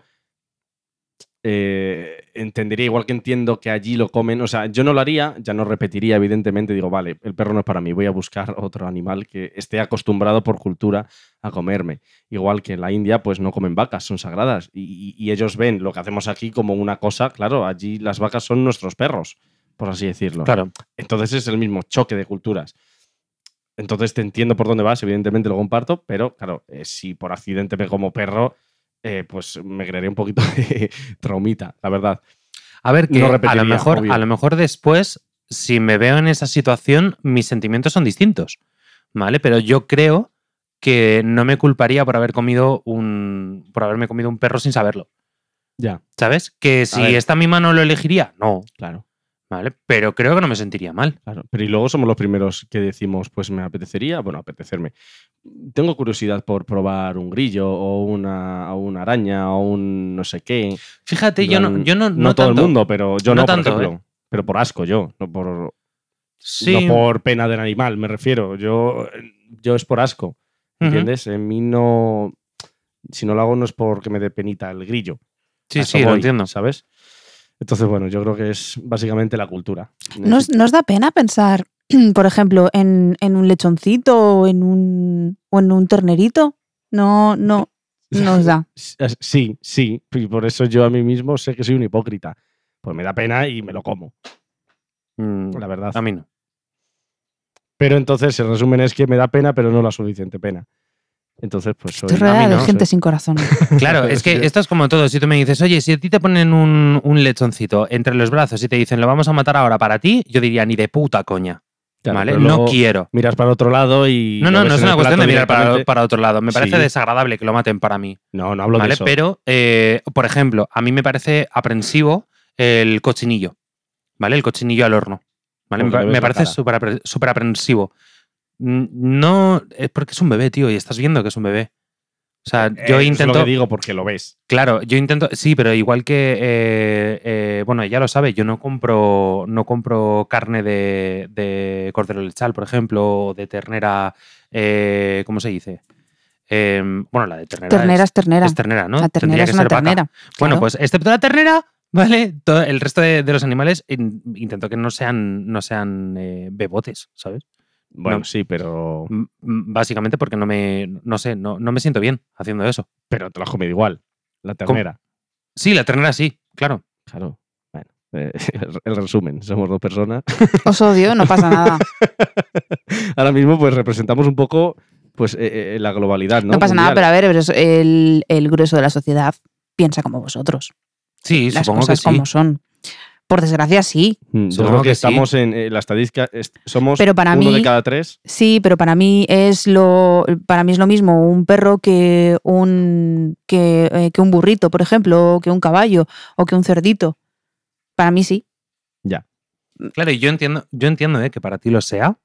eh, entendería igual que entiendo que allí lo comen, o sea, yo no lo haría, ya no repetiría, evidentemente, digo, vale, el perro no es para mí, voy a buscar otro animal que esté acostumbrado por cultura a comerme igual que en la India, pues no comen vacas, son sagradas. Y, y- y ellos ven lo que hacemos aquí como una cosa, claro, allí las vacas son nuestros perros, por así decirlo.
claro.
Entonces es el mismo choque de culturas. Entonces te entiendo por dónde vas, evidentemente lo comparto, pero claro, eh, si por accidente me como perro, eh, pues me crearía un poquito de traumita, la verdad.
A ver, que
No
a,
repetiría,
lo mejor,
obvio.
a lo mejor después, si me veo en esa situación, mis sentimientos son distintos, ¿vale? Pero yo creo que no me culparía por haber comido un, por haberme comido un perro sin saberlo,
Ya,
¿sabes? Que si
ver.
está en mi mano lo elegiría, no,
claro,
¿vale? Pero creo que no me sentiría mal.
claro. Pero y luego somos los primeros que decimos, pues me apetecería, bueno, apetecerme. Tengo curiosidad por probar un grillo o una, o una araña o un no sé qué.
Fíjate,
En
yo no,
plan,
yo no,
Mm, No, todo
tanto.
el mundo, pero yo
No
no,
tanto, ¿eh?
por ejemplo. Pero por asco yo, no por,
Sí.
no por pena del animal, me refiero. Yo, yo es por asco,
Ujú.
¿entiendes? En mí no... Si no lo hago no es porque me dé penita el grillo. A
Sí,
eso
sí, lo
voy,
entiendo.
¿Sabes? Entonces, bueno, yo creo que es básicamente la cultura.
¿Nos, nos da pena pensar, por ejemplo, en, en un lechoncito o en un, o en un ternerito? No, no, nos da.
eh, Sí, sí. Y por eso yo a mí mismo sé que soy un hipócrita. Pues me da pena y me lo como,
Mm,
la verdad.
a mí no.
Pero entonces el resumen es que me da pena, pero no la suficiente pena. Entonces, pues soy...
Estoy
a mí
rodeada de
no,
gente
soy-
sin corazón.
Claro, es que
Sí.
esto es como todo. Si tú me dices, oye, si a ti te ponen un, un lechoncito entre los brazos y te dicen, lo vamos a matar ahora para ti, yo diría, ni de puta coña,
Claro,
¿vale?
pero
No
luego
quiero.
Miras para otro lado y...
No,
lo
no,
ves
no es
en el
una cuestión
plato
de mirar para,
directamente.
para otro lado. Me parece
Sí.
desagradable que lo maten para mí,
No, no hablo de
¿vale?
eso.
Pero, eh, por ejemplo, a mí me parece aprensivo el cochinillo, ¿vale? El cochinillo al horno, ¿vale? Me,
Porque
pa-
le ves
me
la
parece
cara.
súper apre- súper aprensivo. Mm, No, es porque es un bebé, tío, y estás viendo que es un bebé. O sea, yo
Eh, Es lo
intento...
que digo porque lo ves.
Claro, yo intento, sí, pero igual que, eh, eh, bueno, ya lo sabe, yo no compro, no compro carne de, de cordero lechal, por ejemplo, o de ternera, eh, ¿cómo se dice? Eh, bueno, la de ternera. es-
Ternera es ternera.
es ternera, ¿no?
La
Tendría
ternera
que
es una
ser vaca.
ternera.
Bueno,
claro.
pues excepto la ternera, ¿vale? Todo, el resto de, de los animales in- intento que no sean, no sean eh, bebotes, ¿sabes?
Bueno,
No.
sí, pero...
M- m- básicamente porque no me, no sé, no, no me siento bien haciendo eso.
Pero te lo has comido igual. La ternera.
Sí, la ternera sí, claro.
Claro. Bueno. Eh, el resumen, somos dos personas.
Os odio, no pasa nada.
Ahora mismo, pues representamos un poco pues, eh, eh, la globalidad, ¿no?
No, pasa nada,
Mundial.
pero a ver, pero es- el, el grueso de la sociedad piensa como vosotros.
Sí,
Las
supongo
cosas
que sí.
como son. Por desgracia, sí.
Mm, Yo
Supongo
creo que,
que sí.
estamos en eh, la estadística, est- somos
Pero para
uno de
mí-
cada tres.
Sí, pero para mí es lo para mí es lo mismo un perro que un que, eh, que un burrito, por ejemplo, o que un caballo o que un cerdito. Para mí sí.
Claro, y yo entiendo, yo entiendo eh, que para ti lo sea.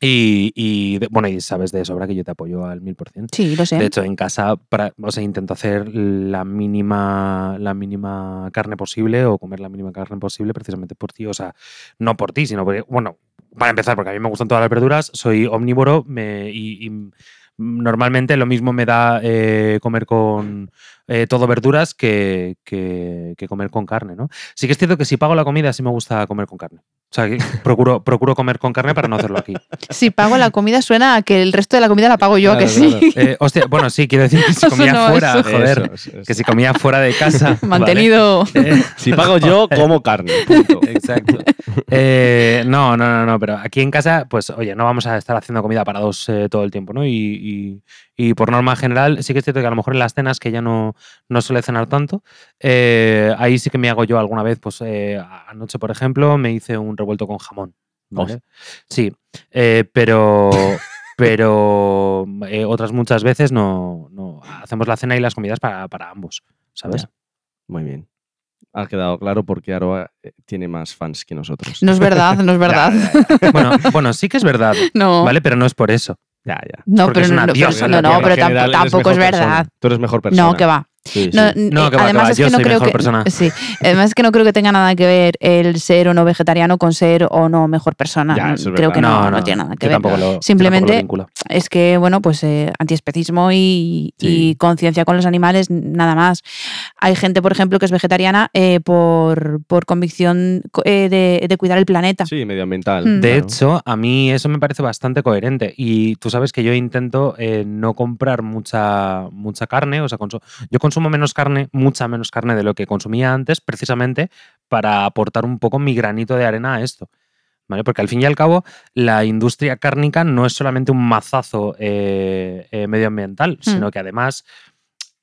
Y, y de- bueno, y sabes de sobra que yo te apoyo al mil por ciento.
Sí, lo sé.
De hecho, en casa, para- o sea, intento hacer la mínima, la mínima carne posible o comer la mínima carne posible precisamente por ti. O sea, no por ti, sino porque, bueno, para empezar, porque a mí me gustan todas las verduras, soy omnívoro me, y, y m- normalmente lo mismo me da eh, comer con eh, todo verduras que, que- que comer con carne, ¿no? Sí que es cierto que si pago la comida sí me gusta comer con carne. O sea, que procuro, procuro comer con carne para no hacerlo aquí.
Si pago la comida suena a que el resto de la comida la pago yo, ¿a
Claro,
que sí.
claro.
Eh, hostia, bueno, sí, quiero decir que si
Eso
comía
no,
fuera, eh,
eso.
joder.
Eso, eso,
Que
eso.
si comía fuera de casa. ¿vale?
Mantenido.
Eh,
Si pago yo, como carne. punto.
Exacto. Eh, no, no, no, no, pero aquí en casa, pues oye, no vamos a estar haciendo comida para dos eh, todo el tiempo, ¿no? Y, y- y por norma general, sí que es cierto que a lo mejor en las cenas, que ya no, no suele cenar tanto, eh, ahí sí que me hago yo alguna vez, pues eh, anoche, por ejemplo, me hice un revuelto con jamón. ¿vale? Sí, eh, pero... Pero eh, otras muchas veces no, no hacemos la cena y las comidas para, para ambos, ¿sabes?
Ya. Muy bien. Ha quedado claro porque Aroa eh, tiene más fans que nosotros.
No es verdad, no es verdad.
Bueno, bueno, sí que es verdad,
No.
¿vale? Pero no es por eso.
Ya, ya.
No,
Porque
pero
es
no,
una
no, pero
diosa
eso-
en
no,
la
no,
tierra.
pero
En general,
tam-
eres
tampoco es
mejor persona.
verdad.
Tú eres mejor persona.
No, que va.
Sí, sí.
No, n- eh,
No, que va, que
además
va,
es
yo
que no
soy
creo
mejor
que,
persona.
sí, además es que no creo que tenga nada que ver el ser o no vegetariano con ser o no mejor persona.
Ya,
No,
eso es
creo
verdad.
que no, no, tiene nada que
yo
ver.
Tampoco lo, yo
Simplemente-
tampoco lo vinculo.
Es que, bueno, pues eh, antiespecismo y,
Sí.
y conciencia con los animales, nada más. Hay gente, por ejemplo, que es vegetariana eh, por, por convicción co- eh, de, de cuidar el planeta.
Sí, medioambiental.
Mm.
De
claro.
hecho, a mí eso me parece bastante coherente. Y tú sabes que yo intento eh, no comprar mucha, mucha carne. O sea, consu- yo consumo menos carne, mucha menos carne de lo que consumía antes, precisamente para aportar un poco mi granito de arena a esto. ¿Vale? Porque al fin y al cabo, la industria cárnica no es solamente un mazazo eh, eh, medioambiental, sino que además.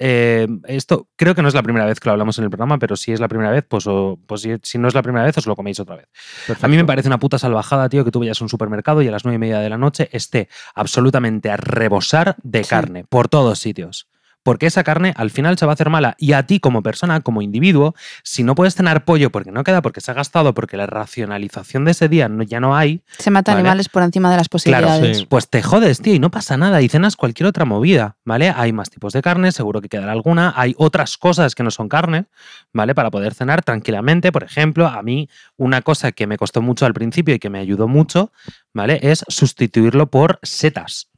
eh, esto creo que no es la primera vez que lo hablamos en el programa, pero si es la primera vez, pues, o- pues si- si no es la primera vez, os lo coméis otra vez. A mí me parece una puta salvajada, tío, que tú vayas a un supermercado y a las nueve y media de la noche esté absolutamente a rebosar de
Sí.
carne por todos sitios. Porque esa carne al final se va a hacer mala. Y a ti como persona, como individuo, si no puedes cenar pollo porque no queda, porque se ha gastado, porque la racionalización de ese día no- ya no hay,
Se mata
Vale.
animales por encima de las posibilidades.
sí.
pues te jodes, tío, y no pasa nada, y cenas cualquier otra movida, ¿vale? Hay más tipos de carne, seguro que quedará alguna, hay otras cosas que no son carne, ¿vale? Para poder cenar tranquilamente, por ejemplo, a mí una cosa que me costó mucho al principio y que me ayudó mucho, ¿vale? Es sustituirlo por setas,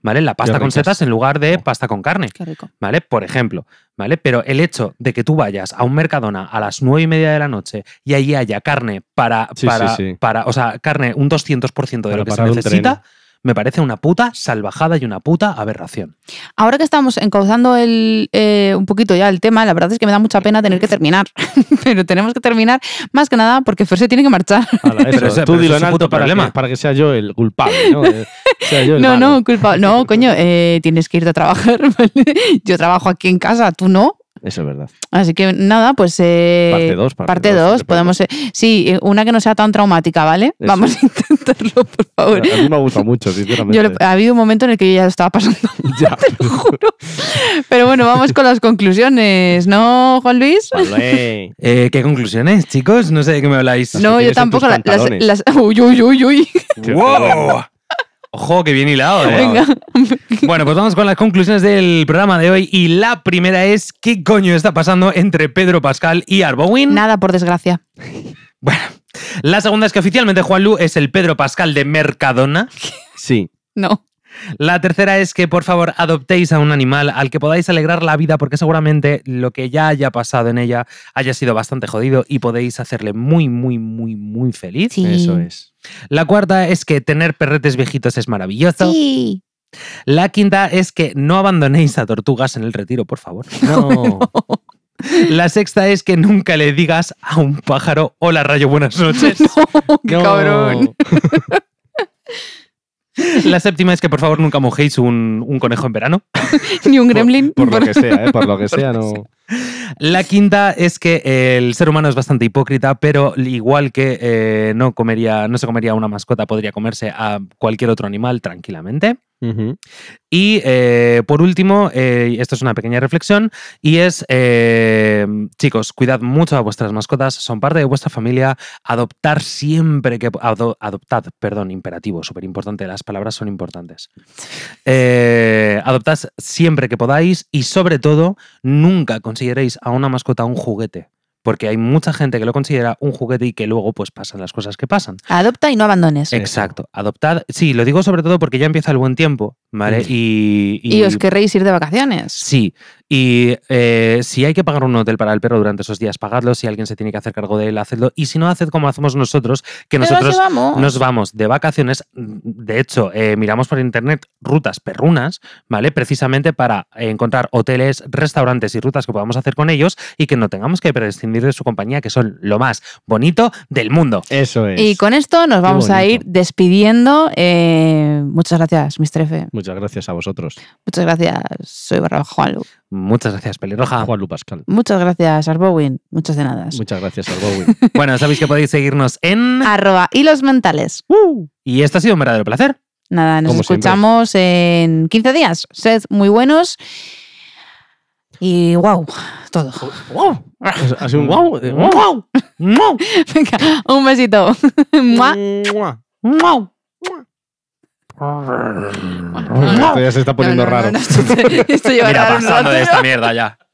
¿vale? La pasta con
ricas. Oh.
setas en lugar de pasta con carne.
Qué rico.
¿vale? Por ejemplo, ¿vale? Pero el hecho de que tú vayas a un Mercadona a las nueve y media de la noche y allí haya carne para,
Sí,
para,
sí, sí.
para o sea, carne un 200% de
Para
lo que se
parar un
necesita, me parece una puta salvajada y una puta aberración.
Ahora que estamos encauzando el, eh, un poquito ya el tema, la verdad es que me da mucha pena tener que terminar. pero tenemos que terminar más que nada porque Fer se tiene que marchar.
Ala, eso,
Pero eso-
tú
pero eso
dilo en
es un
alto
puto
para
problema.
que, para que sea yo el culpable, ¿no? Eh, sea yo el
No,
malo.
no, culpa. No, coño, eh, tienes que irte a trabajar, ¿vale? Yo trabajo aquí en casa, tú no.
Eso es verdad.
Así que nada, pues. eh,
Parte dos, parte
Parte
dos, de
2.
repente.
Podemos. eh, sí, eh, una que no sea tan traumática, ¿vale?
Eso.
Vamos a intentarlo, por favor.
A mí me ha gustado mucho, sinceramente.
Yo le- ha habido un momento en el que yo ya lo estaba pasando,
Ya.
te lo juro. Pero bueno, vamos con las conclusiones, ¿no, Juan Luis?
Vale.
Eh, ¿Qué conclusiones, chicos? No sé de qué me habláis.
Las que
No,
tienes
yo
en
tampoco. la-
tus
las,
pantalones.
las- uy, uy, uy, uy.
Qué
¡Wow! Ojo, que bien hilado. ¿eh?
Venga.
Bueno, pues vamos con las conclusiones del programa de hoy. Y la primera es: ¿qué coño está pasando entre Pedro Pascal y Arbowin?
Nada, por desgracia.
Bueno, la segunda es que oficialmente Juan Lu es el Pedro Pascal de Mercadona.
Sí.
No.
La tercera es que por favor adoptéis a un animal al que podáis alegrar la vida porque seguramente lo que ya haya pasado en ella haya sido bastante jodido y podéis hacerle muy, muy, muy, muy feliz.
Sí.
Eso es.
La cuarta es que tener perretes viejitos es maravilloso.
Sí.
La quinta es que no abandonéis a tortugas en el retiro, por favor.
No.
La sexta es que nunca le digas a un pájaro, hola rayo, buenas noches.
Oh, ¡Qué cabrón!
La séptima es que por favor nunca mojéis un, un conejo en verano.
Ni un
Por-
gremlin.
Por, lo que sea, ¿eh? Por lo que sea, no.
La quinta es que el ser humano es bastante hipócrita, pero igual que eh, no, comería, no se comería una mascota, podría comerse a cualquier otro animal tranquilamente.
Ujú.
Y eh, por último, eh, esto es una pequeña reflexión, y es, eh, chicos, cuidad mucho a vuestras mascotas, son parte de vuestra familia, adoptar siempre que... ado- adoptad, perdón, imperativo, súper importante, las palabras son importantes. Eh, adoptad siempre que podáis y sobre todo, nunca consideréis a una mascota un juguete. Porque hay mucha gente que lo considera un juguete y que luego pues pasan las cosas que pasan.
Adopta y no abandones.
Eh,
Exacto. Adoptad. Sí, lo digo sobre todo porque ya empieza el buen tiempo, ¿vale?
Mm.
Y,
Y, os querréis ir de vacaciones.
Sí. Y eh, si hay que pagar un hotel para el perro durante esos días, pagadlo. Si alguien se tiene que hacer cargo de él, hacedlo. Y si no, haced como hacemos nosotros, que
Pero
nosotros
así vamos.
nos vamos de vacaciones. De hecho, eh, miramos por internet rutas perrunas, ¿vale? Precisamente para eh, encontrar hoteles, restaurantes y rutas que podamos hacer con ellos y que no tengamos que prescindir de su compañía, que son lo más bonito del mundo.
Eso es.
Y con esto nos vamos a ir
bonito.
despidiendo. Eh, muchas gracias, Mr. F.
Muchas gracias a vosotros,
Muchas gracias, soy Barra Juanlu.
Muchas gracias, Pelirroja.
Juan Lu Pascal.
Muchas gracias, Arbowin. Muchas de nada.
Muchas gracias al Bowie.
Bueno, sabéis que podéis seguirnos en...
Arroba hilos mentales.
Y esto ha sido un verdadero placer.
Nada, nos
Uh. Como siempre.
escuchamos en 15 días. Sed muy buenos. Y wow, todo.
¡Wow!
Ha sido un wow. eh, wow.
¡Wow!
Venga, un besito. Mua.
Mua.
¡Wow!
Esto ya se está poniendo
No, no, no,
raro.
no, esto- esto lleva
Mira,
raro un
pasando de
rato.
esta mierda ya.